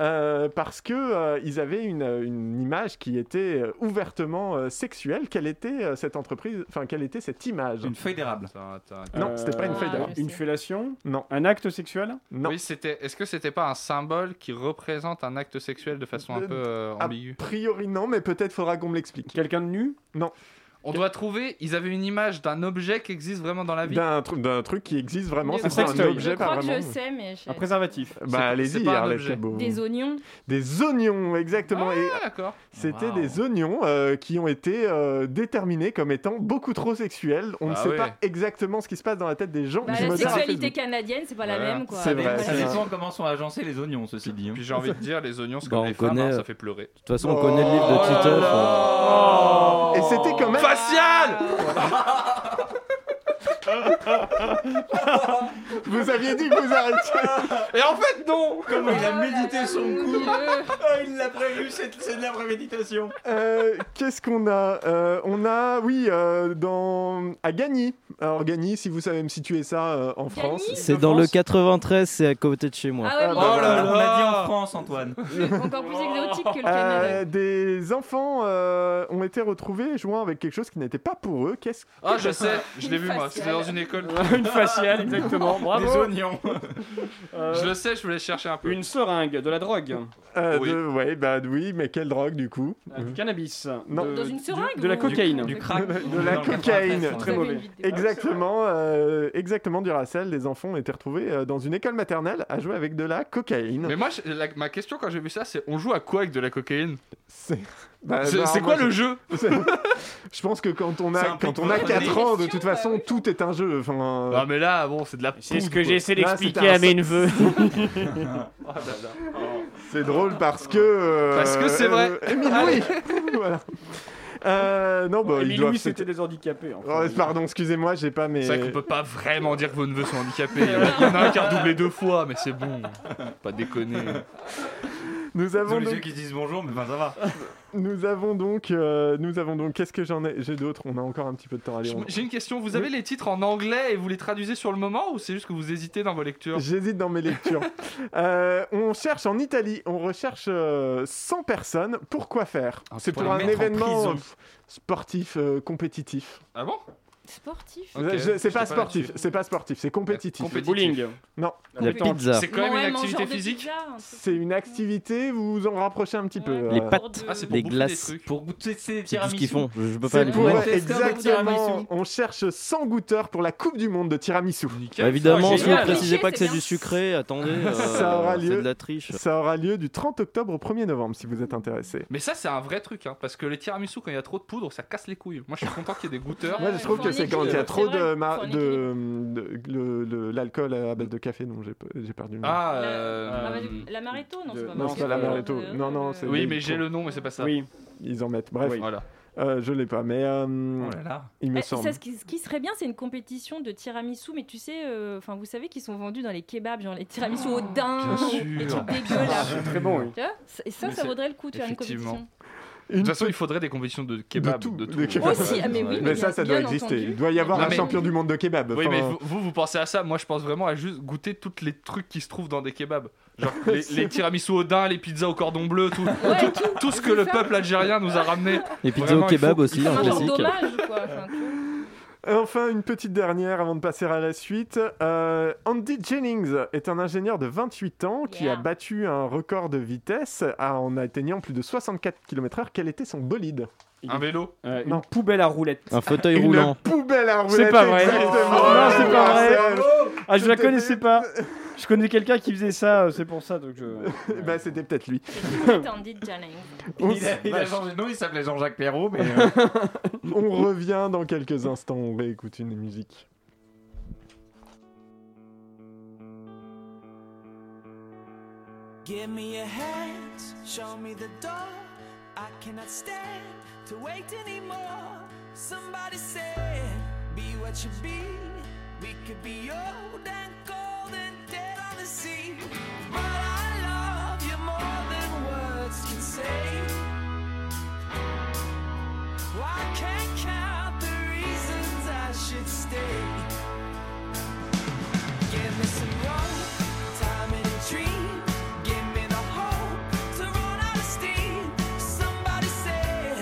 euh, parce que euh, ils avaient une, euh, une image qui était euh, ouvertement euh, sexuelle. Quelle était euh, cette entreprise Enfin, quelle était cette image Une feuille d'érable. Attends, attends, attends. Non, c'était Euh, pas une feuille Ah, d'arbre. oui. Une fellation Non. Un acte sexuel Non. Oui, c'était. Est-ce que c'était pas un symbole qui représente un acte sexuel de façon un Euh, peu euh, ah. ambiguë A priori non, mais peut-être faudra qu'on me l'explique. Quelqu'un de nu On doit trouver. Ils avaient une image d'un objet qui existe vraiment dans la vie. D'un tru- d'un truc qui existe vraiment, c'est Mais je pas un crois- objet, je pas crois que vraiment. je sais, mais je- Un préservatif C'est- Bah c'est allez-y, pas un Arlette objet. Cabot. des oignons. Des oignons, exactement. Et Ah, d'accord. C'était Wow. des oignons euh, qui ont été euh, déterminés comme étant beaucoup trop sexuels. On ne Ah sait ouais. pas exactement ce qui se passe dans la tête des gens. Bah, qui la modèrent sexualité Facebook. canadienne, c'est pas la Voilà. même, quoi. C'est Donc, vrai, voilà. Ça c'est dépend comment sont agencés les oignons, ceci dit. hein. Puis j'ai envie de dire, les oignons, c'est Bah, comme on les femmes, connaît, hein, euh, ça fait pleurer. toute façon, on connaît le livre de Titeuf. hein. Et c'était quand même. Facial Vous aviez dit que vous arrêtiez. Et en fait, non Comment il a médité son coup Dieu. Ah, Oh, Il l'a prévu, c'est c'est de la préméditation. Euh, Qu'est-ce qu'on a Euh, On a, oui, euh, dans à Gagny. Alors Gagny, si vous savez me situer ça euh, en France. Gagny C'est de dans le France. 93, c'est à côté de chez moi. Ah ouais, Ah, mais bah, Oh là On là. a dit en France, Antoine. c'est encore plus exotique que le Canada. Euh, des enfants euh, ont été retrouvés jouant avec quelque chose qui n'était pas pour eux. Qu'est-ce Ah, je sais, je l'ai vu moi. Facial. C'était dans dans une école. Une faciale, exactement. Bravo. Des oignons. Euh, Je le sais, je voulais chercher un peu. Une seringue, de la drogue. Euh, Oui. de- ouais, bah oui, mais quelle drogue du coup Euh, Du cannabis. Non. De- Dans une du- seringue, De la vous- cocaïne. Du crack. De la Dans le cocaïne. Très 93, Vous avez mauvais. une vidéo. Exactement, euh, exactement du racel. Des enfants étaient retrouvés euh, dans une école maternelle à jouer avec de la cocaïne. Mais moi, je- la- ma question quand j'ai vu ça, c'est on joue à quoi avec de la cocaïne C'est bah, C'est bah, c'est moi, quoi le jeu je- Je pense que quand on C'est a un peu quand on a une 4 ans, de question, toute façon, tout est un jeu. Enfin, euh, Ah, mais là, bon, c'est de la. C'est ce poudre, que quoi. j'essaie Là, d'expliquer c'était un à mes neveux. Ah, là, là. C'est drôle parce que. euh, Parce que c'est vrai. euh, Émile Louis Voilà. Euh, non, bah, Émile ils doivent Louis, se- c'était des handicapés. Oh, enfin. pardon, excusez-moi, j'ai pas mes. C'est vrai qu'on peut pas vraiment dire que vos neveux sont handicapés. Il y en a- il y en a un qui a redoublé deux fois, mais c'est bon. Pas déconner. Nous Ils ont avons les yeux donc. qui se disent bonjour, mais ben ça va. Nous avons donc. euh, Nous avons donc. Qu'est-ce que j'en ai J'ai d'autres. On a encore un petit peu de temps. Allez, Je- on- J'ai une question. Vous avez les titres en anglais et vous les traduisez sur le moment ou c'est juste que vous hésitez dans vos lectures J'hésite dans mes lectures. Euh, on cherche en Italie, on recherche euh, 100 personnes. Pourquoi faire Ah, C'est pour pour, les un mettre en événement prison. euh, sportif euh, compétitif. Ah bon Sportif. Ok, Euh, Je- j'étais C'est pas pas sportif, là-dessus. c'est pas sportif, c'est compétitif. Compé- Bowling. Non. La pizza. C'est quand même Ouais, une mangeur activité de physique pizza, un truc. C'est une activité, vous vous en rapprochez un petit peu. Ouais, euh, Les pour pâtes. de- Ah, c'est pour bouffer des Les glaces. trucs. Pour goûter ces C'est tout ce tiramisu. qu'ils font. Je, je peux pas C'est aller pour plus loin. ouais, Manchester de exactement. tiramisu. On cherche 100 goûteurs pour la Coupe du Monde de tiramisu. Bah, évidemment, Ah, Oh, si vous génial. précisez pas que c'est C'est du sucré, attendez, euh, Ça aura lieu. c'est de la triche. Ça aura lieu du 30 octobre au 1er novembre si vous êtes intéressé. Mais ça, c'est un vrai truc, hein, parce que les tiramisu, quand il y a trop de poudre, ça casse les couilles. Moi, je suis content qu'il y ait des goûteurs. Moi, je trouve faut que un c'est quand il y a équilibre, trop c'est de, vrai, ma- faut un de- de- le- le- l'alcool à base de café, donc j'ai j'ai perdu le nom. Ah, La- euh, Ah, bah, du- la Maréto, non, de- c'est pas non, c'est pas la Maréto. Euh, Non, non, c'est- Oui, mais j'ai le nom, mais c'est pas ça. Oui. Ils en mettent. Bref, Voilà. euh, je l'ai pas, mais euh, Oh là là. il me Eh, semble. ça, ce, qui, ce qui serait bien, c'est une compétition de tiramisu, mais tu sais, euh, enfin, vous savez qu'ils sont vendus dans les kebabs, genre les tiramisu au Bien daim, les sûr. trucs Ah, dégueulasses. C'est très bon, oui. Tu vois hein, Et ça, Mais ça c'est- vaudrait le coup, tu vois, une Effectivement. compétition. De Une toute façon, il faudrait des compétitions de kebab. tout, de de tout. kebab. Aussi, ah, mais oui, Mais ça, ça doit bien exister. entendu. Il doit y avoir Non, un mais- champion du monde de kebab. Oui, Enfin, mais vous, vous, vous pensez à ça. Moi, je pense vraiment à juste goûter toutes les trucs qui se trouvent dans des kebabs. Genre les, les tiramisu au daim, les pizzas au cordon bleu, tout, Ouais, tout. tout ce que C'est le ça. peuple algérien nous a ramené. Et pizza Vraiment, au il kebab faut- aussi, C'est un un genre classique. dommage, quoi. Enfin, tu vois. euh, Enfin, une petite dernière avant de passer à la suite. Euh, Andy Jennings est un ingénieur de 28 ans qui Yeah. a battu un record de vitesse à- en atteignant plus de 64 km/h. Quel était son bolide Un vélo. Euh, Non. Une poubelle à roulettes. Un fauteuil Une roulant. poubelle hein. à roulettes. C'est pas vrai. exactement. Oh, non, c'est pas vrai. Marcel. Ah, je la Tout à fait. connaissais pas. Je connais quelqu'un qui faisait ça, euh, c'est pour ça. Donc je... Bah, c'était peut-être lui. C'est Andy Jennings. On, Il a, il a s- changé de nom, il s'appelait Jean-Jacques Perrault, mais. euh, on revient dans quelques instants. On réécoute une musique. Give me your hands, show me the door. I cannot stand to wait anymore. Somebody said, Be what you be. We could be old and cold and dead on the sea. But I love you more than words can say. Well, I can't count the reasons I should stay. Give me some rope, time and a dream. Give me the hope to run out of steam. Somebody said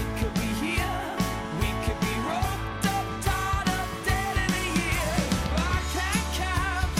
it could be here. We could be roped up, tied up, dead in a year. I can't count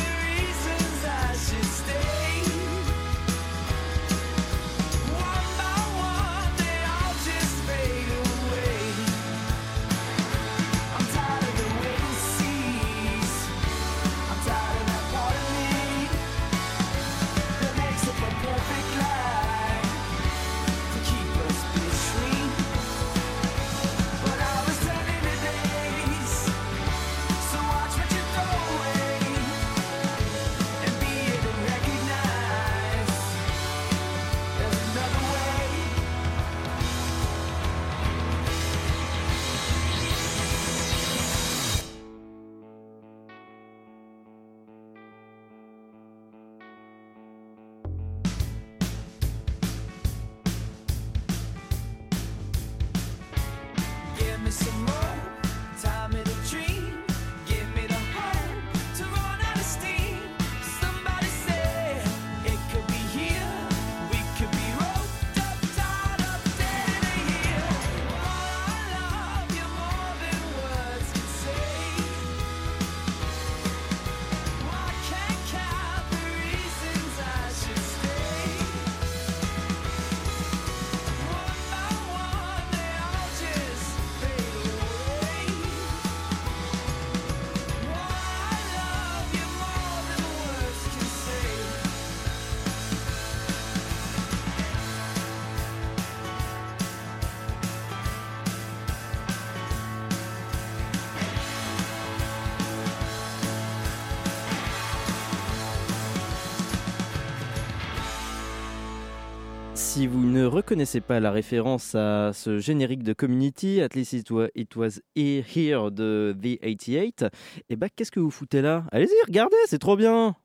Si vous ne reconnaissez pas la référence à ce générique de Community, At least it wa- it was, he- here de The 88, eh ben qu'est-ce que vous foutez là Allez-y, regardez, c'est trop bien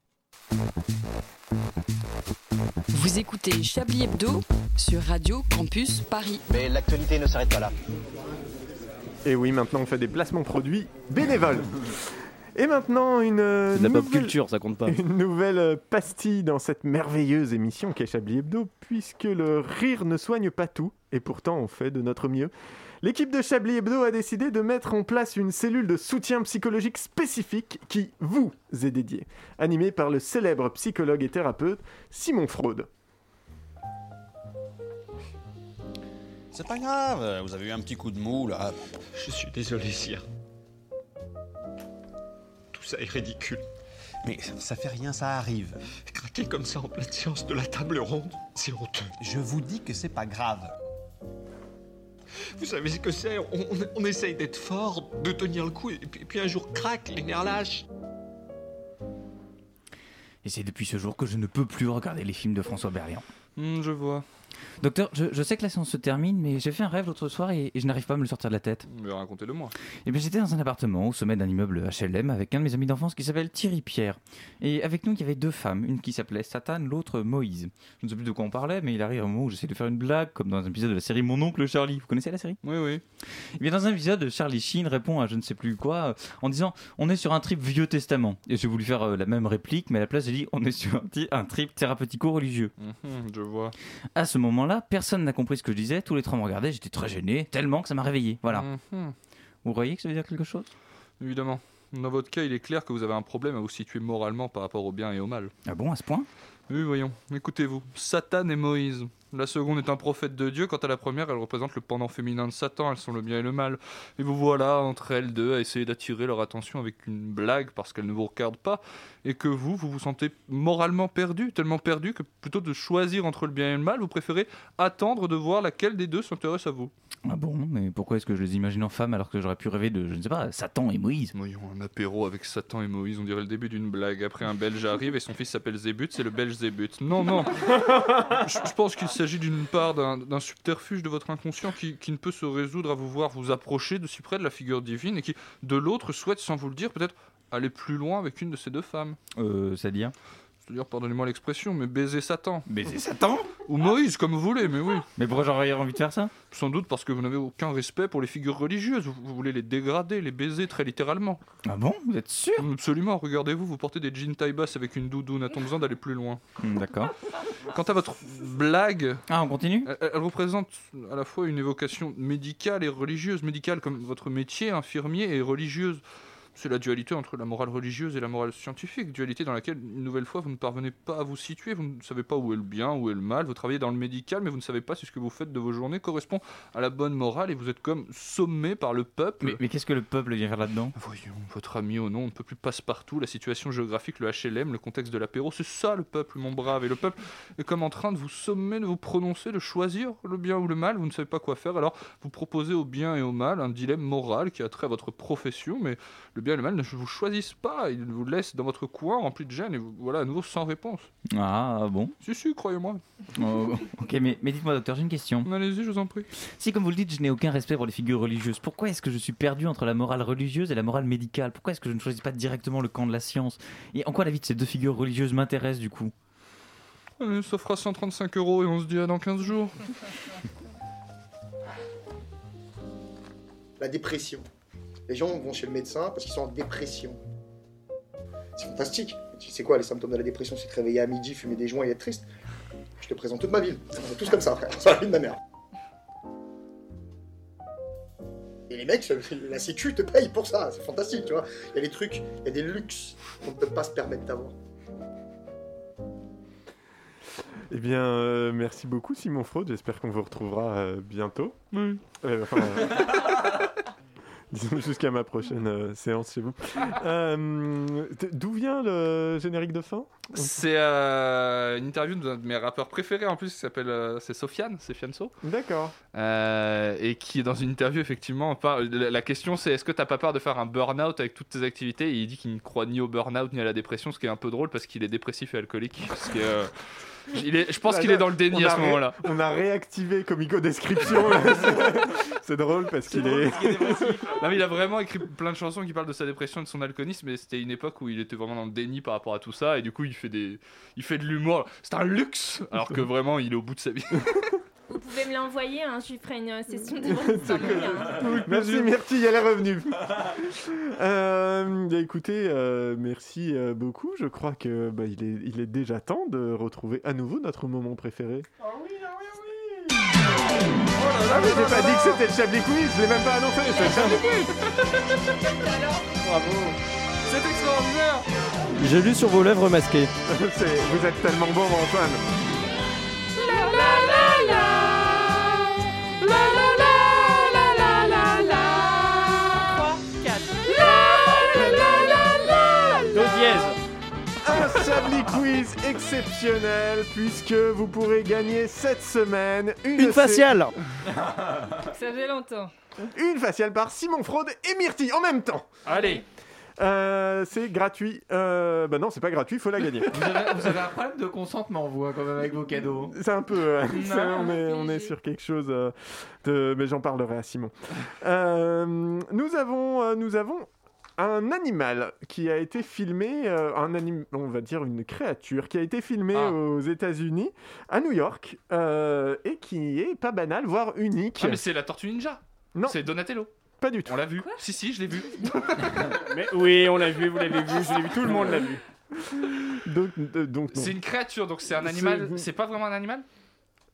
Vous écoutez Chablis Hebdo sur Radio Campus Paris. Mais l'actualité ne s'arrête pas là. Et oui, maintenant on fait des placements produits bénévoles. Et maintenant une euh, C'est de la pop nouvelle- culture, ça compte pas. Une nouvelle euh, pastille dans cette merveilleuse émission qu'est Chablis Hebdo, puisque le rire ne soigne pas tout, et pourtant on fait de notre mieux. L'équipe de Chablis Hebdo a décidé de mettre en place une cellule de soutien psychologique spécifique qui vous est dédiée, animée par le célèbre psychologue et thérapeute Simon Fraude. C'est pas grave, euh, vous avez eu un petit coup de mou là. Je suis désolé, Sire. Tout ça est ridicule. Mais ça fait rien, ça arrive. Craquer comme ça en pleine séance de la table ronde, c'est honteux. Je vous dis que c'est pas grave. Vous savez ce que c'est on, on- on essaye d'être fort, de tenir le coup, et puis, et puis un jour, craque, les nerfs lâchent. Et c'est depuis ce jour que je ne peux plus regarder les films de François Berliand. Hmm, je vois. Docteur, je, je sais que la séance se termine, mais j'ai fait un rêve l'autre soir et, et je n'arrive pas à me le sortir de la tête. Mais racontez-le moi. Et bien j'étais dans un appartement au sommet d'un immeuble HLM avec un de mes amis d'enfance qui s'appelle Thierry Pierre. Et avec nous, il y avait deux femmes, une qui s'appelait Satan, l'autre Moïse. Je ne sais plus de quoi on parlait, mais il arrive un moment où j'essaie de faire une blague, comme dans un épisode de la série Mon oncle Charlie. Vous connaissez la série Oui, oui. Et bien dans un épisode, Charlie Sheen répond à je ne sais plus quoi euh, en disant On est sur un trip Vieux Testament. Et j'ai voulu faire euh, la même réplique, mais à la place, j'ai dit On est sur un, ti- un trip thérapeutico-religieux. Mhm, je vois. À ce moment-là, personne n'a compris ce que je disais, tous les trois me regardaient, j'étais très gêné, tellement que ça m'a réveillé. Voilà. Mhm. Vous voyez que ça veut dire quelque chose Évidemment. Dans votre cas, il est clair que vous avez un problème à vous situer moralement par rapport au bien et au mal. Ah bon, à ce point Oui, voyons. Écoutez-vous. Satan et Moïse. La seconde est un prophète de Dieu, quant à la première, elle représente le pendant féminin de Satan, elles sont le bien et le mal. Et vous voilà, entre elles deux, à essayer d'attirer leur attention avec une blague parce qu'elles ne vous regardent pas, et que vous, vous vous sentez moralement perdu, tellement perdu que plutôt de choisir entre le bien et le mal, vous préférez attendre de voir laquelle des deux s'intéresse à vous. Ah bon, mais pourquoi est-ce que je les imagine en femme alors que j'aurais pu rêver de, je ne sais pas, Satan et Moïse Voyons, un apéro avec Satan et Moïse, on dirait le début d'une blague. Après, un Belge arrive et son fils s'appelle Zébut, c'est le Belge Zébut. Non, non Je je pense qu'il s'agit d'une part d'un d'un subterfuge de votre inconscient qui, qui ne peut se résoudre à vous voir vous approcher de si près de la figure divine et qui, de l'autre, souhaite, sans vous le dire, peut-être aller plus loin avec une de ces deux femmes. Euh, c'est-à-dire C'est-à-dire, pardonnez-moi l'expression, mais baiser Satan. Baiser Satan Ou Moïse, comme vous voulez, mais oui. Mais pourquoi j'aurais envie de faire ça Sans doute parce que vous n'avez aucun respect pour les figures religieuses. Vous, vous voulez les dégrader, les baiser très littéralement. Ah bon Vous êtes sûr Absolument. Regardez-vous, vous portez des jeans taille basse avec une doudoune. A-t-on besoin d'aller plus loin Hmm, D'accord. Quant à votre blague. Ah, on continue elle, elle représente à la fois une évocation médicale et religieuse. Médicale comme votre métier, infirmier, et religieuse. C'est la dualité entre la morale religieuse et la morale scientifique, dualité dans laquelle, une nouvelle fois, vous ne parvenez pas à vous situer, vous ne savez pas où est le bien, où est le mal, vous travaillez dans le médical, mais vous ne savez pas si ce que vous faites de vos journées correspond à la bonne morale, et vous êtes comme sommé par le peuple. Mais, mais qu'est-ce que le peuple vient faire là-dedans Voyons, votre ami au nom, on ne peut plus passe-partout, la situation géographique, le HLM, le contexte de l'apéro, c'est ça le peuple, mon brave. Et le peuple est comme en train de vous sommer, de vous prononcer, de choisir le bien ou le mal, vous ne savez pas quoi faire, alors vous proposez au bien et au mal un dilemme moral qui a trait à votre profession, mais le bien et le mal ne vous choisissent pas, ils vous laissent dans votre coin rempli de gêne, et vous, voilà à nouveau sans réponse. Ah bon Si, si, croyez-moi. Oh, Ok, mais, mais dites-moi, docteur, j'ai une question. Allez-y, je vous en prie. Si, comme vous le dites, je n'ai aucun respect pour les figures religieuses, pourquoi est-ce que je suis perdu entre la morale religieuse et la morale médicale Pourquoi est-ce que je ne choisis pas directement le camp de la science Et en quoi la vie de ces deux figures religieuses m'intéresse du coup Allez, ça fera 135 euros et on se dit à dans 15 jours. la dépression. Les gens vont chez le médecin parce qu'ils sont en dépression. C'est fantastique. Tu sais quoi, les symptômes de la dépression, c'est te réveiller à midi, fumer des joints et être triste. Je te présente toute ma ville. On est tous comme ça, frère. C'est la vie de ma mère. Et les mecs, la sécu te paye pour ça. C'est fantastique, tu vois. Il y a des trucs, il y a des luxes qu'on ne peut pas se permettre d'avoir. Eh bien, euh, merci beaucoup Simon Fraude, j'espère qu'on vous retrouvera euh, bientôt. Oui. Euh, enfin, euh, Jusqu'à ma prochaine euh, séance chez vous. Euh, t- D'où vient le générique de fin C'est euh, une interview d'un de mes rappeurs préférés en plus qui s'appelle euh, c'est Sofiane, c'est Fianso. D'accord. Euh, et qui dans une interview effectivement parle. La, la question c'est est-ce que t'as pas peur de faire un burn-out avec toutes tes activités Et il dit qu'il ne croit ni au burn-out ni à la dépression, ce qui est un peu drôle parce qu'il est dépressif et alcoolique. Parce que, euh, il est, je pense Bah, qu'il est dans le on déni a à ce ré- moment-là. On a réactivé Comico Description. là. C'est- C'est drôle parce qu'il est. Non, mais il a vraiment écrit plein de chansons qui parlent de sa dépression et de son alcoolisme, mais c'était une époque où il était vraiment dans le déni par rapport à tout ça, et du coup, il fait, des... il fait de l'humour. C'est un luxe Alors que vraiment, il est au bout de sa vie. Vous pouvez me l'envoyer, hein, je lui ferai une euh, session de brainstorming, hein. Merci Myrtille, elle est revenue. Euh, bah, écoutez, euh, merci euh, beaucoup. Je crois que bah, il, est, il est déjà temps de retrouver à nouveau notre moment préféré. Ah, mais j'ai pas dit que c'était le Chablis Quiz, je l'ai même pas annoncé, c'est le Chablis Quiz. Bravo. C'est extraordinaire. J'ai lu sur vos lèvres masquées. C'est- Vous êtes tellement bon, Antoine. Un Chablis Quiz exceptionnel puisque vous pourrez gagner cette semaine une, Une sé- faciale. Ça fait longtemps. Une faciale par Simon Fraude et Myrtille en même temps. Allez. c'est gratuit. Euh, bah non, c'est pas gratuit, faut la gagner. Vous avez, Euh, vous avez un problème de consentement, vous, hein, quand même, avec vos cadeaux. C'est un peu. euh, Non. ça, on, est, on est sur quelque chose euh, de. Mais j'en parlerai à Simon. Euh, nous, avons, euh, nous avons un animal qui a été filmé. euh, un anim, on va dire une créature qui a été filmée Ah. aux États-Unis, à New York, euh, et qui est pas banal, voire unique. Ah, mais c'est la Tortue Ninja Non. C'est Donatello Pas du tout. On l'a vu Si, si, je l'ai vu. Mais oui, on l'a vu, vous l'avez vu, je l'ai vu, tout le monde l'a vu. donc, euh, donc non. C'est une créature, donc c'est un C'est- animal. C'est pas vraiment un animal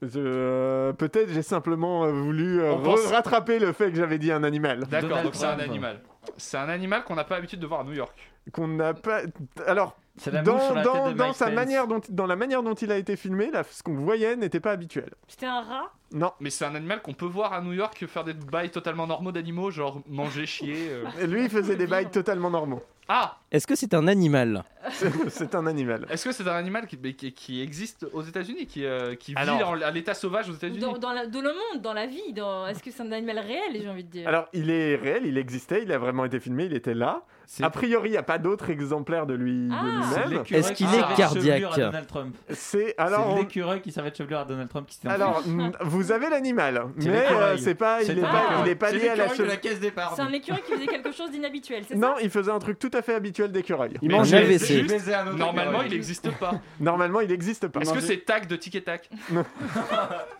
Je- euh, Peut-être j'ai simplement euh, voulu euh, On re- pense- rattraper le fait que j'avais dit un animal. D'accord, donc c'est un animal. C'est un animal qu'on n'a pas l'habitude de voir à New York. qu'on n'a pas. Alors, C'est la mouche dans, sur la dans, tête de dans Mike sa Pence. manière dont, dans la manière dont il a été filmé, là, ce qu'on voyait n'était pas habituel. C'était un rat Non. Mais c'est un animal qu'on peut voir à New York faire des bails totalement normaux d'animaux, genre manger, chier. euh. Et lui, il faisait des bails totalement normaux. Ah Est-ce que c'est un animal C'est- C'est un animal. Est-ce que c'est un animal qui, mais qui- qui existe aux États-Unis, qui, euh, qui vit Alors- en- à l'état sauvage aux États-Unis dans, dans la- dans le monde, dans la vie. dans- Est-ce que c'est un animal réel, j'ai envie de dire Alors, il est réel, il existait, il a vraiment été filmé, il était là. A priori, il n'y a pas d'autre exemplaire de lui Ah. C'est même l'écureuil qui servait de chevelure à Donald Trump. C'est alors, alors on- l'écureuil qui servait de chevelure à Donald Trump qui s'était Alors, enfui. n- vous avez l'animal, C'est mais l'écureuil. euh, c'est pas, C'est il n'est pas pas, il l'écureuil. est pas C'est lié à la l'écureuil de la cheville. caisse des C'est un écureuil qui faisait quelque chose d'inhabituel, c'est ça Non, il faisait un truc tout à fait habituel d'écureuil. Mais il existe- Normalement, il n'existe pas. Normalement, il n'existe pas. Est-ce que c'est tag de tic et tac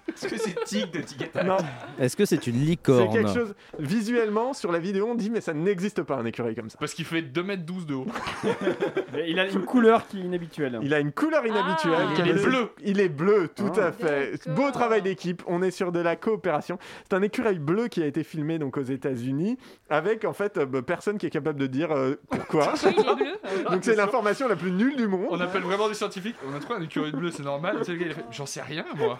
Est-ce que c'est tic de tic et tac Non. Est-ce que c'est une C'est licorne quelque chose. Visuellement, sur la vidéo, on dit, mais ça n'existe pas un écureuil comme ça. Parce qu'il fait 2m12 de haut. Il a une couleur qui est inhabituelle. Il a une couleur inhabituelle. Ah. Il est bleu. Il est bleu, tout Ah. à fait. Beau travail d'équipe. On est sur de la coopération. C'est un écureuil bleu qui a été filmé donc aux États-Unis avec en fait euh, bah, personne qui est capable de dire euh, pourquoi. donc c'est l'information la plus nulle du monde. On appelle vraiment des scientifiques. On a trouvé un écureuil bleu, c'est normal. Tu sais, le gars, il a fait, J'en sais rien, moi.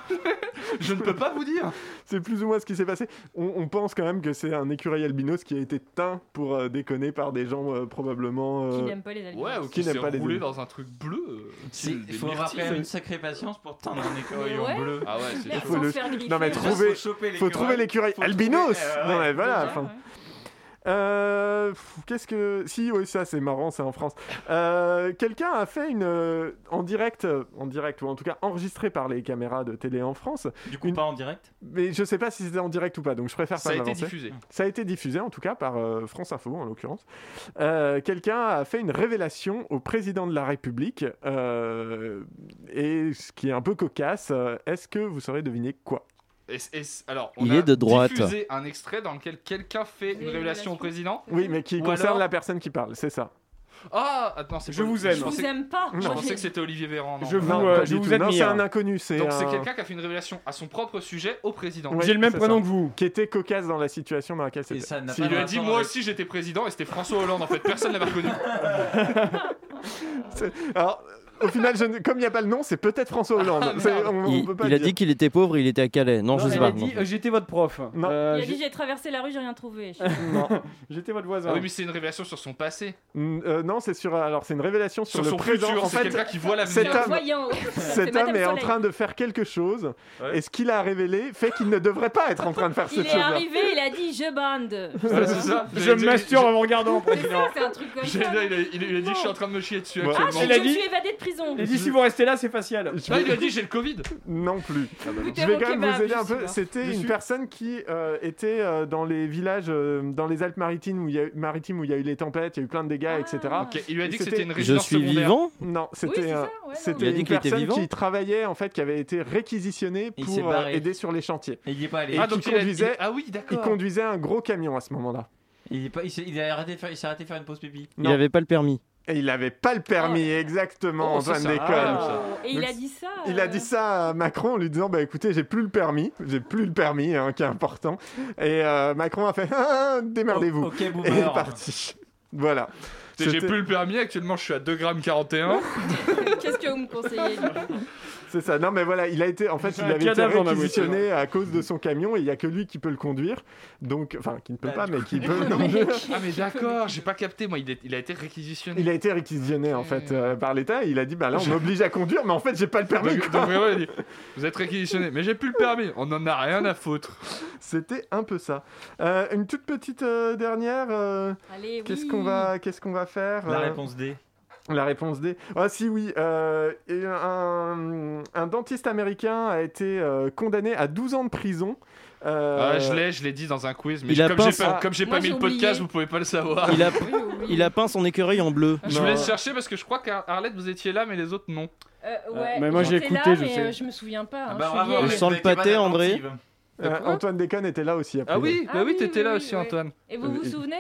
Je ne peux pas vous dire. C'est plus ou moins ce qui s'est passé. On, on pense quand même que c'est un écureuil albinos qui a été teint pour euh, déconner par des gens euh, probablement. euh, Qui n'aime pas les animaux. Ouais, ou Qui qui s'est n'aime pas les roulé animaux. dans un truc bleu. Euh, Il faut avoir quand même une sacrée patience pour tendre un écureuil en Ouais. bleu. Ah ouais, c'est Il chaud. faut le- Non mais trouver, Faut choper faut l'écureuil. trouver l'écureuil Faut albinos. trouver, euh, non mais ouais, voilà. déjà, enfin. Euh, pff, Qu'est-ce que si oui ça c'est marrant c'est en France. Euh, Quelqu'un a fait une euh, en direct euh, en direct ou en tout cas enregistré par les caméras de télé en France. Du coup, pas en direct Mais je sais pas si c'était en direct ou pas donc je préfère Ça pas a été m'avancer. diffusé. Ça a été diffusé en tout cas par euh, France Info en l'occurrence. Euh, Quelqu'un a fait une révélation au président de la République euh, et ce qui est un peu cocasse. euh, Est-ce que vous saurez deviner quoi? Et- et- alors, on Il a est de droite. diffusé un extrait dans lequel quelqu'un fait une révélation au président. Oui, mais qui Ou concerne alors- la personne qui parle, c'est ça. Ah, attends, c'est Je pas- vous aime. pensais- Je vous aime pas. Je Non. pensais que c'était Olivier Véran. non. Je vous, Non, euh, pas je du vous tout. Non, admire. c'est un inconnu. C'est Donc c'est un- quelqu'un qui a fait une révélation à son propre sujet au président. Ouais, J'ai le même c'est prénom ça. que vous. Qui était cocasse dans la situation dans laquelle c'était. Si- Il lui a dit moi aussi j'étais président et c'était François Hollande en fait personne l'avait reconnu. C'est- Alors, Au final, je ne- comme il n'y a pas le nom, c'est peut-être François Hollande. Ah, C'est- on, on Il, peut pas il a dire. dit qu'il était pauvre, il était à Calais. Non, je sais elle pas. a dit euh, j'étais votre prof. Euh, Il a j'ai- dit j'ai traversé la rue, j'ai rien trouvé. J'étais votre voisin. Ah oui, mais c'est une révélation sur son passé. Mm, euh, non, c'est sur alors c'est une révélation sur, Sur le son présent. futur, en c'est fait, quelqu'un qui voit l'avenir. Cet C'est un homme, voyant. C'est cet homme Madame est en Soleil. train de faire quelque chose. Ouais. Et ce qu'il a révélé fait qu'il ne devrait pas être en train de faire Il cette est chose-là. arrivé, il a dit je bande. Ouais, c'est ça. Je J'allais me dire- masturbe en vous regardant, président. Bah, C'est un truc comme J'ai- ça. là, il, a, il a- il a dit je suis en train de me chier dessus Bon. Ah, actuellement. je, je me suis évadé de prison. Il a dit si vous restez là, c'est facial. Ah bah Ah, il lui a dit j'ai le Covid. Non plus. Écoutez, Je vais mon quand même kebab, vous aider un ici, peu. là. C'était Je une suis- personne qui euh, était euh, dans les villages, euh, dans les Alpes-Maritimes où il y a eu- maritimes où il y a eu les tempêtes, il y a eu plein de dégâts, etc. Ah. Ok, il lui a dit que Et c'était une Je résidence suis secondaire. vivant Non, c'était c'est un- ça, ouais, non, c'était Il a dit une qu'il était personne vivant qui travaillait en fait, qui avait été réquisitionnée Il pour s'est euh, barré. aider sur les chantiers. Il y est pas allé. Et Ah, qui donc il a- conduisait- il- Ah oui, Il d'accord. conduisait un gros camion à ce moment-là. Il, est pas, il, s'est- il a arrêté de faire, il s'est arrêté de faire une pause pipi. Il Non. n'avait pas le permis. Et il n'avait pas le permis, exactement, Oh, en ça, fin ça- d'école. ah, Et il Donc, a dit ça. euh, Il a dit ça à Macron en lui disant Bah écoutez, j'ai plus le permis, j'ai plus le permis, hein, qui est important. Et euh, Macron a fait Ah, Démerdez-vous. Ok, Et il est boomer. parti. Voilà. bah, J'ai C'était- plus le permis, actuellement je suis à 2,41 euh, Qu'est-ce que vous me conseillez du coup C'est ça. Non, Ah, mais voilà, il a été. En fait, J'ai il un avait été cadavre dans ma voiture. réquisitionné à cause de son camion et il n'y a que lui qui peut le conduire. Donc, enfin, qui ne peut Bah, pas, mais qui peut. Non, mais- Ah, mais d'accord, j'ai pas capté, moi, il, est- il a été réquisitionné. Il a été réquisitionné en Mm. fait euh, par l'État. et Il a dit Bah là, on m'oblige à conduire, mais en fait, j'ai pas le permis. Donc, quoi. donc, vraiment, il dit, vous êtes réquisitionné, mais j'ai plus le permis, on en a rien à foutre. C'était un peu ça. Euh, une toute petite euh, dernière. euh, Allez, oui. Qu'est-ce qu'on va, qu'est-ce qu'on va faire La euh, réponse D. La réponse D. Ah si oui, euh, et un, un dentiste américain a été euh, condamné à 12 ans de prison. euh, Ah, je l'ai, je l'ai dit dans un quiz, mais Il a comme j'ai pince- pas, comme j'ai Moi, pas mis j'ai le podcast, oublié. vous pouvez pas le savoir. Il a, Oui, oui. il a peint son écureuil en bleu. Je Non. vous laisse chercher parce que je crois qu'Arlette, vous étiez là, mais les autres non. Euh, ouais, mais moi, j'ai j'étais écouté, là, je mais, sais. euh, je me souviens pas. hein, Ah bah, je suis bravo, vieille. Arlette, Sans le vous avez pâté, été André. attentive. euh, Antoine Déconne était là aussi. a Ah priori. Euh, oui, bah Ah oui, oui, t'étais oui, là oui, aussi, oui. Antoine. Euh, Et vous vous souvenez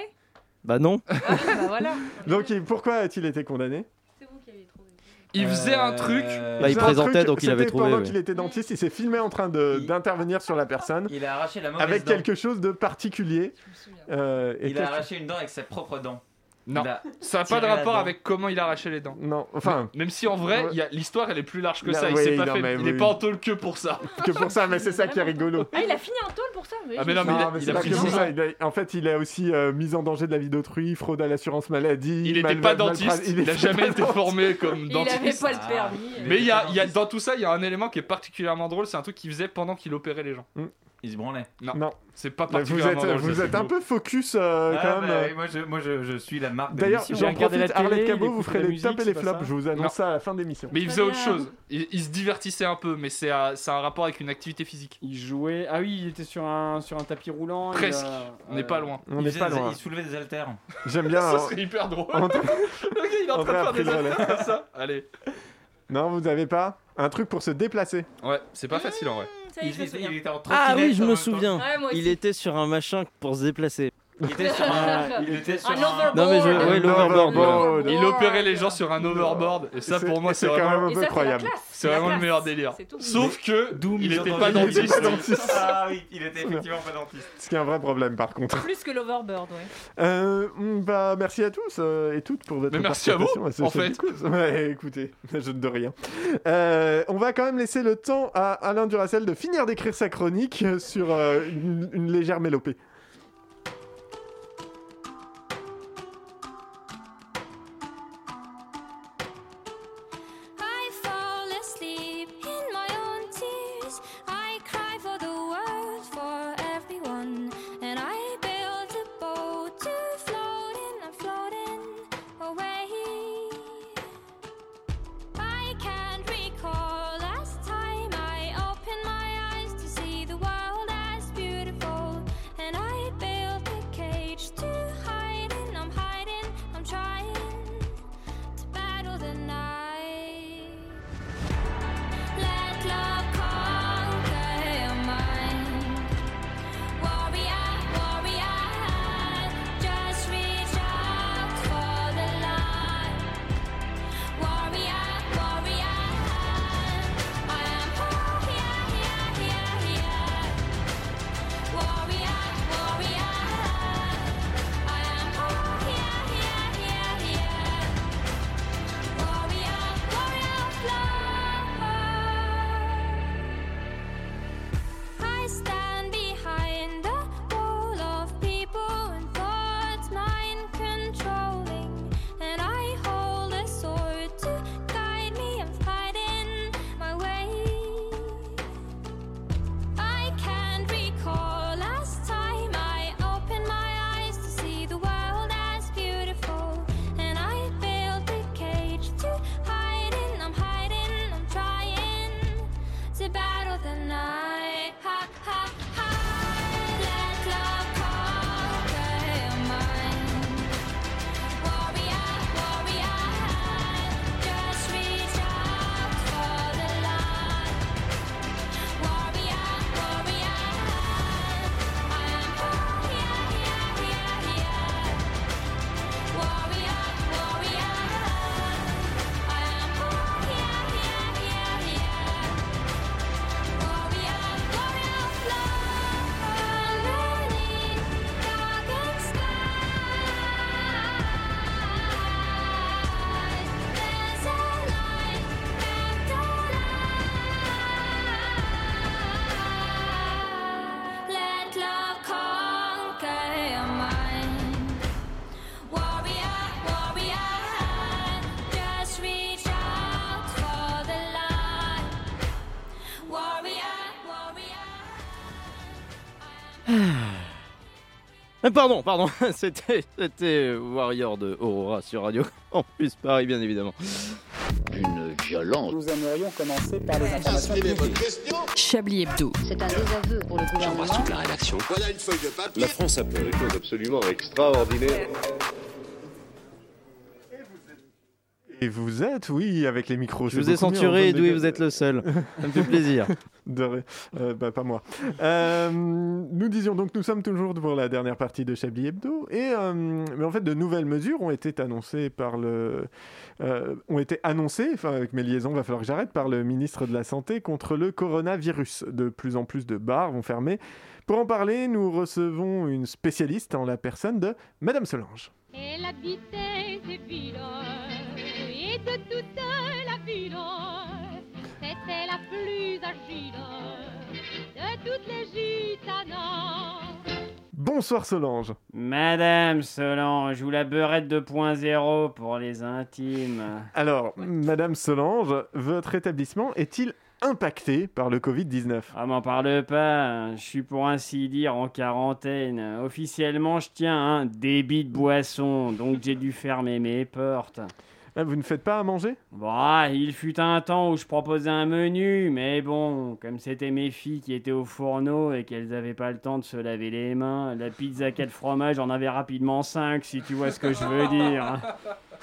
Bah non. Ah bah voilà. Donc il- pourquoi a-t-il été condamné C'est vous qui avez trouvé. Il faisait un truc. Bah, il C'est un présentait, truc, donc il avait c'était trouvé, Pendant ouais. qu'il était dentiste, il s'est filmé en train de- Il- d'intervenir sur la personne Il a arraché la mauvaise avec dent. quelque chose de particulier. Je me souviens. euh, et Il a qu'est-ce- arraché une dent avec sa propre dent. Non, Il a- ça n'a pas de tiré la rapport dent. avec comment il arrachait les dents. Non, enfin, Même si en vrai, Ouais. il y a- l'histoire elle est plus large que Là, ça. Il oui, s'est pas non, fait. mais il est oui. pas en tôle que pour ça. que pour ça, mais c'est ça qui est rigolo. Ah, il a fini un tôle pour ça oui, Ah, je mais me non, mais souviens. Non, a- mais il c'est a pas pris que ça. pour ça. Il a- en fait, il a aussi euh, mis en danger de la vie d'autrui, fraude à l'assurance maladie. Il était mal- pas mal- dentiste. malpra- Il, était a jamais pas été dentiste. formé comme Il avait dentiste. pas le permis. Ah. Mais il y a, il y a- dans tout ça, il y a un élément qui est particulièrement drôle. C'est un truc qu'il faisait pendant qu'il opérait les gens. Il se branlait. Hmm. Non, C'est pas Bah, vous particulièrement êtes, drôle. vous ça, êtes c'est un beau. peu focus euh, Ah, quand même. bah, euh. oui, moi, je, moi je, je suis la Bah, marque de D'ailleurs, l'émission. J'ai j'en regardé profite, la télé, Arlette Cabot, il vous écoutait ferez la les musique, tops et c'est les pas flops. ça Je vous Non. annonce ça à la fin de l'émission. Mais il faisait autre Voilà. chose. Il, il se divertissait un peu, mais c'est à- c'est un rapport avec une activité physique. Il jouait. Ah oui, il était sur un, sur un tapis roulant. il Presque. a- On n'est pas loin. On il, n'est faisait pas des- loin. il soulevait des haltères. J'aime bien. Ça hein. serait hyper drôle. Antoine- Le gars, il est en André a train de pris faire le des relais. affaires comme ça. Allez. Non, vous avez pas un truc pour se déplacer. Ouais, c'est pas facile en vrai. Ça y est, Il, je me était- souviens. il était en Ah trottinette oui, je en me même souviens. Ouais, moi aussi. Il était sur un machin pour se déplacer. temps. Il était sur Ah, un. Il était sur Un un. overboard. Non, mais je- ouais, l'overboard, l'overboard. Il opérait les gens sur un overboard, et ça C'est- pour moi, c'est c'est quand vraiment, même un Et peu ça, c'est la incroyable. classe. c'est vraiment le la meilleur classe. délire. C'est tout. Sauf que Doom, il ils était ont pas entendu- dentiste. Ah oui, il était effectivement pas dentiste. Ce qui est un vrai problème par contre. Plus que l'overbird, ouais. Euh, mm, bah, merci à tous euh, et toutes pour votre Mais merci à vous, participation ce en jeu fait. du quiz. Ouais, écoutez, je ne de rien. Euh, on va quand même laisser le temps à Alain Duracel de finir d'écrire sa chronique euh, sur euh, une, une légère mélopée. I fall asleep in my own tears. I cry for the world, for everyone. And I build a boat to float in, I'm floating away. I can't recall last time I opened my eyes to see the world as beautiful. And I Ah, Pardon, pardon, c'était c'était Warrior de Aurora sur Radio Campus Paris, bien évidemment. Une violence. Nous aimerions commencer par les informations Chablis Hebdo. C'est un désaveu pour le gouvernement. la rédaction. Voilà une feuille de papier. La France a fait des choses absolument extraordinaires. Et vous êtes, oui, avec les micros. Je vous ai censuré, Edoui, vous êtes le seul. Ça me fait plaisir. De ri- euh, bah, pas moi. Euh, nous disions donc, nous sommes toujours pour la dernière partie de Chablis Hebdo. Et, euh, mais en fait, de nouvelles mesures ont été annoncées par le. euh, ont été annoncées, enfin, avec mes liaisons, va falloir que j'arrête, par le ministre de la Santé contre le coronavirus. De plus en plus de bars vont fermer. Pour en parler, nous recevons une spécialiste en la personne de Madame Solange. Elle habitait ces villes et de toute la ville, c'était la plus agile de toutes les gitanes. Bonsoir Solange. Madame Solange ou la beurette 2.0 pour les intimes. Alors, Madame Solange, votre établissement est-il impacté par le Covid-19 Ah, m'en parle pas, hein. je suis pour ainsi dire en quarantaine. Officiellement, je tiens un débit de boisson, donc j'ai dû fermer mes portes. Ah, vous ne faites pas à manger Bah, il fut un temps où je proposais un menu, mais bon, comme c'était mes filles qui étaient au fourneau et qu'elles n'avaient pas le temps de se laver les mains, la pizza 4 fromages, j'en avais rapidement 5, si tu vois ce que je veux dire.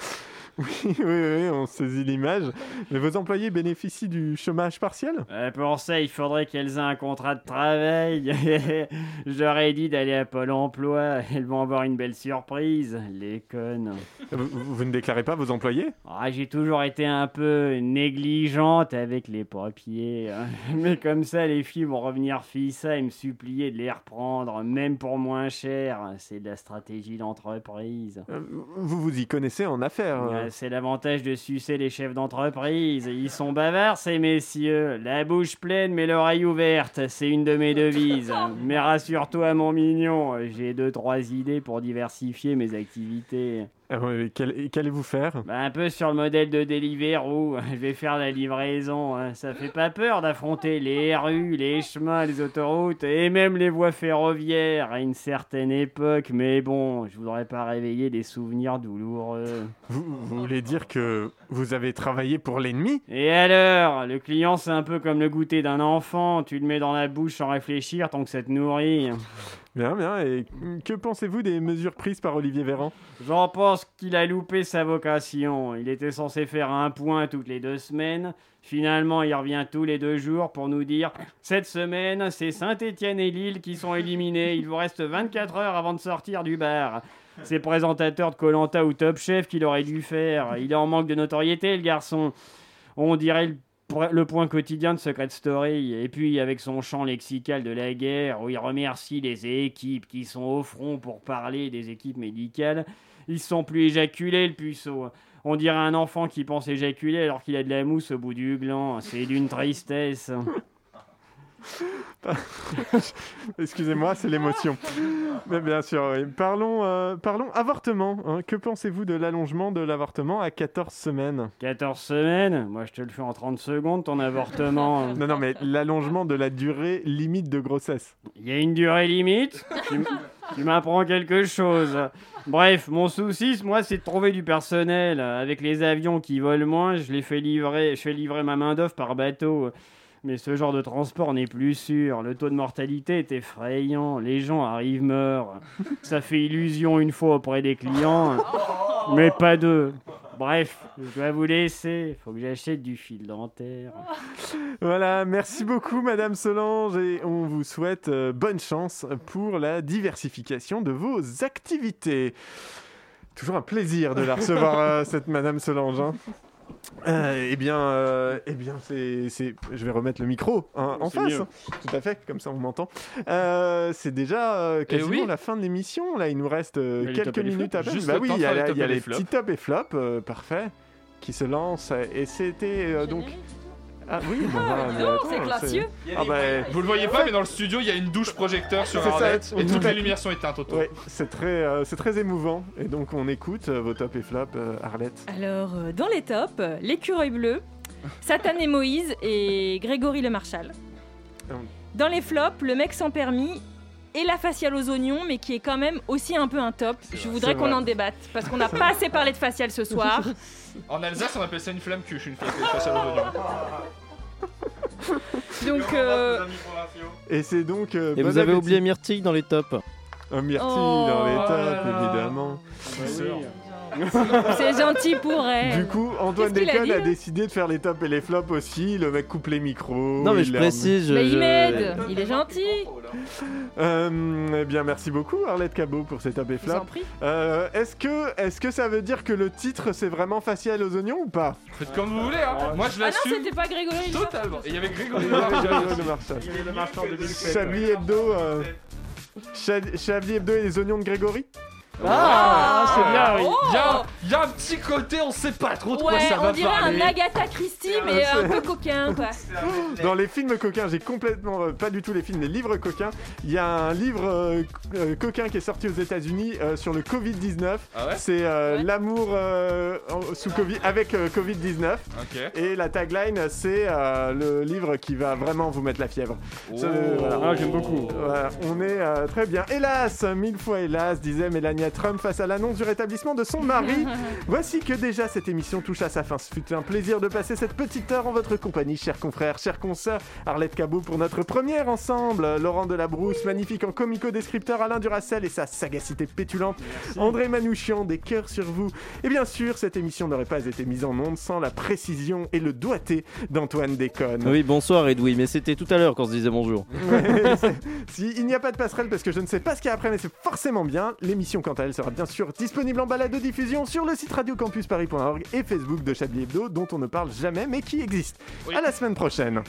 Oui, oui, oui, on saisit l'image. Mais vos employés bénéficient du chômage partiel Euh, pour ça, il faudrait qu'elles aient un contrat de travail. J'aurais dit d'aller à Pôle emploi. Elles vont avoir une belle surprise, les connes. vous, vous ne déclarez pas vos employés Ah, J'ai toujours été un peu négligente avec les papiers. Mais comme ça, les filles vont revenir ça et me supplier de les reprendre, même pour moins cher. C'est de la stratégie d'entreprise. Euh, Vous vous y connaissez en affaires euh. Euh, C'est l'avantage de sucer les chefs d'entreprise. Ils sont bavards, ces messieurs. La bouche pleine, mais l'oreille ouverte. C'est une de mes devises. Mais rassure-toi, mon mignon. J'ai deux, trois idées pour diversifier mes activités. Ah oui, mais qu'all- et Qu'allez-vous faire Bah, un peu sur le modèle de Deliveroo. Je vais faire la livraison. hein. Ça fait pas peur d'affronter les rues, les chemins, les autoroutes et même les voies ferroviaires à une certaine époque. Mais bon, je voudrais pas réveiller des souvenirs douloureux. vous, vous voulez dire que vous avez travaillé pour l'ennemi Et alors, le client c'est un peu comme le goûter d'un enfant, tu le mets dans la bouche sans réfléchir tant que ça te nourrit. Bien, bien. Et que pensez-vous des mesures prises par Olivier Véran J'en pense qu'il a loupé sa vocation, il était censé faire un point toutes les deux semaines, finalement il revient tous les deux jours pour nous dire « Cette semaine, c'est Saint-Étienne et Lille qui sont éliminés, il vous reste 24 heures avant de sortir du bar ». C'est présentateur de Colanta ou Top Chef qu'il aurait dû faire, il est en manque de notoriété le garçon. On dirait le, pr- le point quotidien de Secret Story. Et puis, avec son chant lexical de la guerre, où il remercie les équipes qui sont au front pour parler des équipes médicales, ils se sont plus éjaculés, le puceau. On dirait un enfant qui pense éjaculer alors qu'il a de la mousse au bout du gland. C'est d'une tristesse. Excusez-moi, c'est l'émotion. Mais bien sûr, oui. Parlons, euh, parlons avortement. hein. Que pensez-vous de l'allongement de l'avortement à 14 semaines 14 semaines Moi, je te le fais en 30 secondes, ton avortement. Non, non, mais l'allongement de la durée limite de grossesse. Il y a une durée limite Tu m- Tu m'apprends quelque chose. Bref, mon souci, moi, c'est de trouver du personnel. Avec les avions qui volent moins, je les fais livrer, je fais livrer ma main d'œuvre par bateau. Mais ce genre de transport n'est plus sûr. Le taux de mortalité est effrayant. Les gens arrivent morts. Ça fait illusion une fois auprès des clients, mais pas deux. Bref, je dois vous laisser. Faut que j'achète du fil dentaire. Voilà, merci beaucoup Madame Solange et on vous souhaite euh, bonne chance pour la diversification de vos activités. Toujours un plaisir de la recevoir euh, cette Madame Solange. hein. Euh, eh bien, euh, eh bien c'est, c'est- je vais remettre le micro hein, en C'est face. mieux. Tout à fait, comme ça on m'entend. Euh, c'est déjà euh, Eh quasiment oui. la fin de l'émission. Là, il nous reste euh, Mais les top quelques et les minutes flops. à peine. Juste Bah le oui, temps de il y a, faire les la- top il y a et les les flops. petits top et flop, euh, parfait, qui se lancent. Et c'était euh, donc. Ah oui, bah, bah, dis mais donc, attends, c'est classieux. Ah bah, Vous le voyez pas, mais dans le studio, il y a une douche projecteur sur C'est ça, Arlette et on toutes dit- les lumières sont éteintes autour. ouais, c'est très, euh, c'est très émouvant. Et donc on écoute euh, vos top et flop, euh, Arlette. Alors, euh, dans les tops, euh, l'écureuil bleu, Satan et Moïse et Grégory le Marshal. Euh, Dans les flops, le mec sans permis et la faciale aux oignons, mais qui est quand même aussi un peu un top. Je voudrais c'est qu'on vrai. en débatte, parce qu'on n'a pas assez parlé de faciale ce soir. Bah En Alsace, on appelle ça une flamme cul. Je suis une flamme face à l'oignon. Donc, euh, Et c'est donc. euh, Et bon vous avez appétit. oublié Myrtille dans les tops. Un myrtille Oh dans les tops, évidemment. Ah, bah c'est gentil pour elle. Du coup, Antoine Eh, Qu'est-ce qu'il a Déconne dit, a, là décidé de faire les tops et les flops aussi. Le mec coupe les micros. Non, mais il je leur- précise, je- Mais je- il m'aide, il est gentil. Euh, eh bien, merci beaucoup, Arlette Cabot, pour ces tops et Je vous en flops. prie. Euh, est-ce, que, est-ce que ça veut dire que le titre, c'est vraiment facial aux oignons ou pas Faites comme vous voulez, hein. Moi, je Ah non, l'assume c'était pas Grégory. totalement. Et il y avait Grégory Il y avait Grégory Marchal. Le Marchal. Il est le marchand de Bilfet. Chablis Hebdo. euh, Cha- Chablis Hebdo et les oignons de Grégory Ah, c'est bien, Il oui. y, a, y a un petit côté, on sait pas trop de quoi Oh. Ouais, ça on va dirait parler. un Agatha Christie, mais Ah, un c'est- peu coquin, quoi. Dans les films coquins, j'ai complètement euh, pas du tout les films, les livres coquins. Il y a un livre euh, co- euh, coquin qui est sorti aux États-Unis euh, sur le Covid 19. Ah ouais c'est euh, l'amour euh, en- sous Covid avec euh, Covid 19. Ok. Et la tagline, c'est euh, le livre qui va vraiment vous mettre la fièvre. Ça, Oh. Ah, j'aime beaucoup. Voilà, on est euh, très bien. Hélas, mille fois hélas, disait Melania Trump face à l'annonce du rétablissement de son mari. Voici que déjà cette émission touche à sa fin. Ce fut un plaisir de passer cette petite heure en votre compagnie, chers confrères, chers consoeurs. Arlette Cabot pour notre première ensemble. Laurent Delabrousse, magnifique en comico-descripteur. Alain Duracel et sa sagacité pétulante. André Manouchian, des cœurs sur vous. Et bien sûr, cette émission n'aurait pas été mise en onde sans la précision et le doigté d'Antoine Déconne. Oui, bonsoir Edoui, mais c'était tout à l'heure qu'on se disait bonjour. Ouais, c'est- si, il n'y a pas de passerelle parce que je ne sais pas ce qu'il y a après, mais c'est forcément bien. L'émission, quant à elle, sera bien sûr disponible en balade de diffusion sur le site radiocampusparis.org et Facebook de Chablis Hebdo, dont on ne parle jamais mais qui existe. À la semaine prochaine.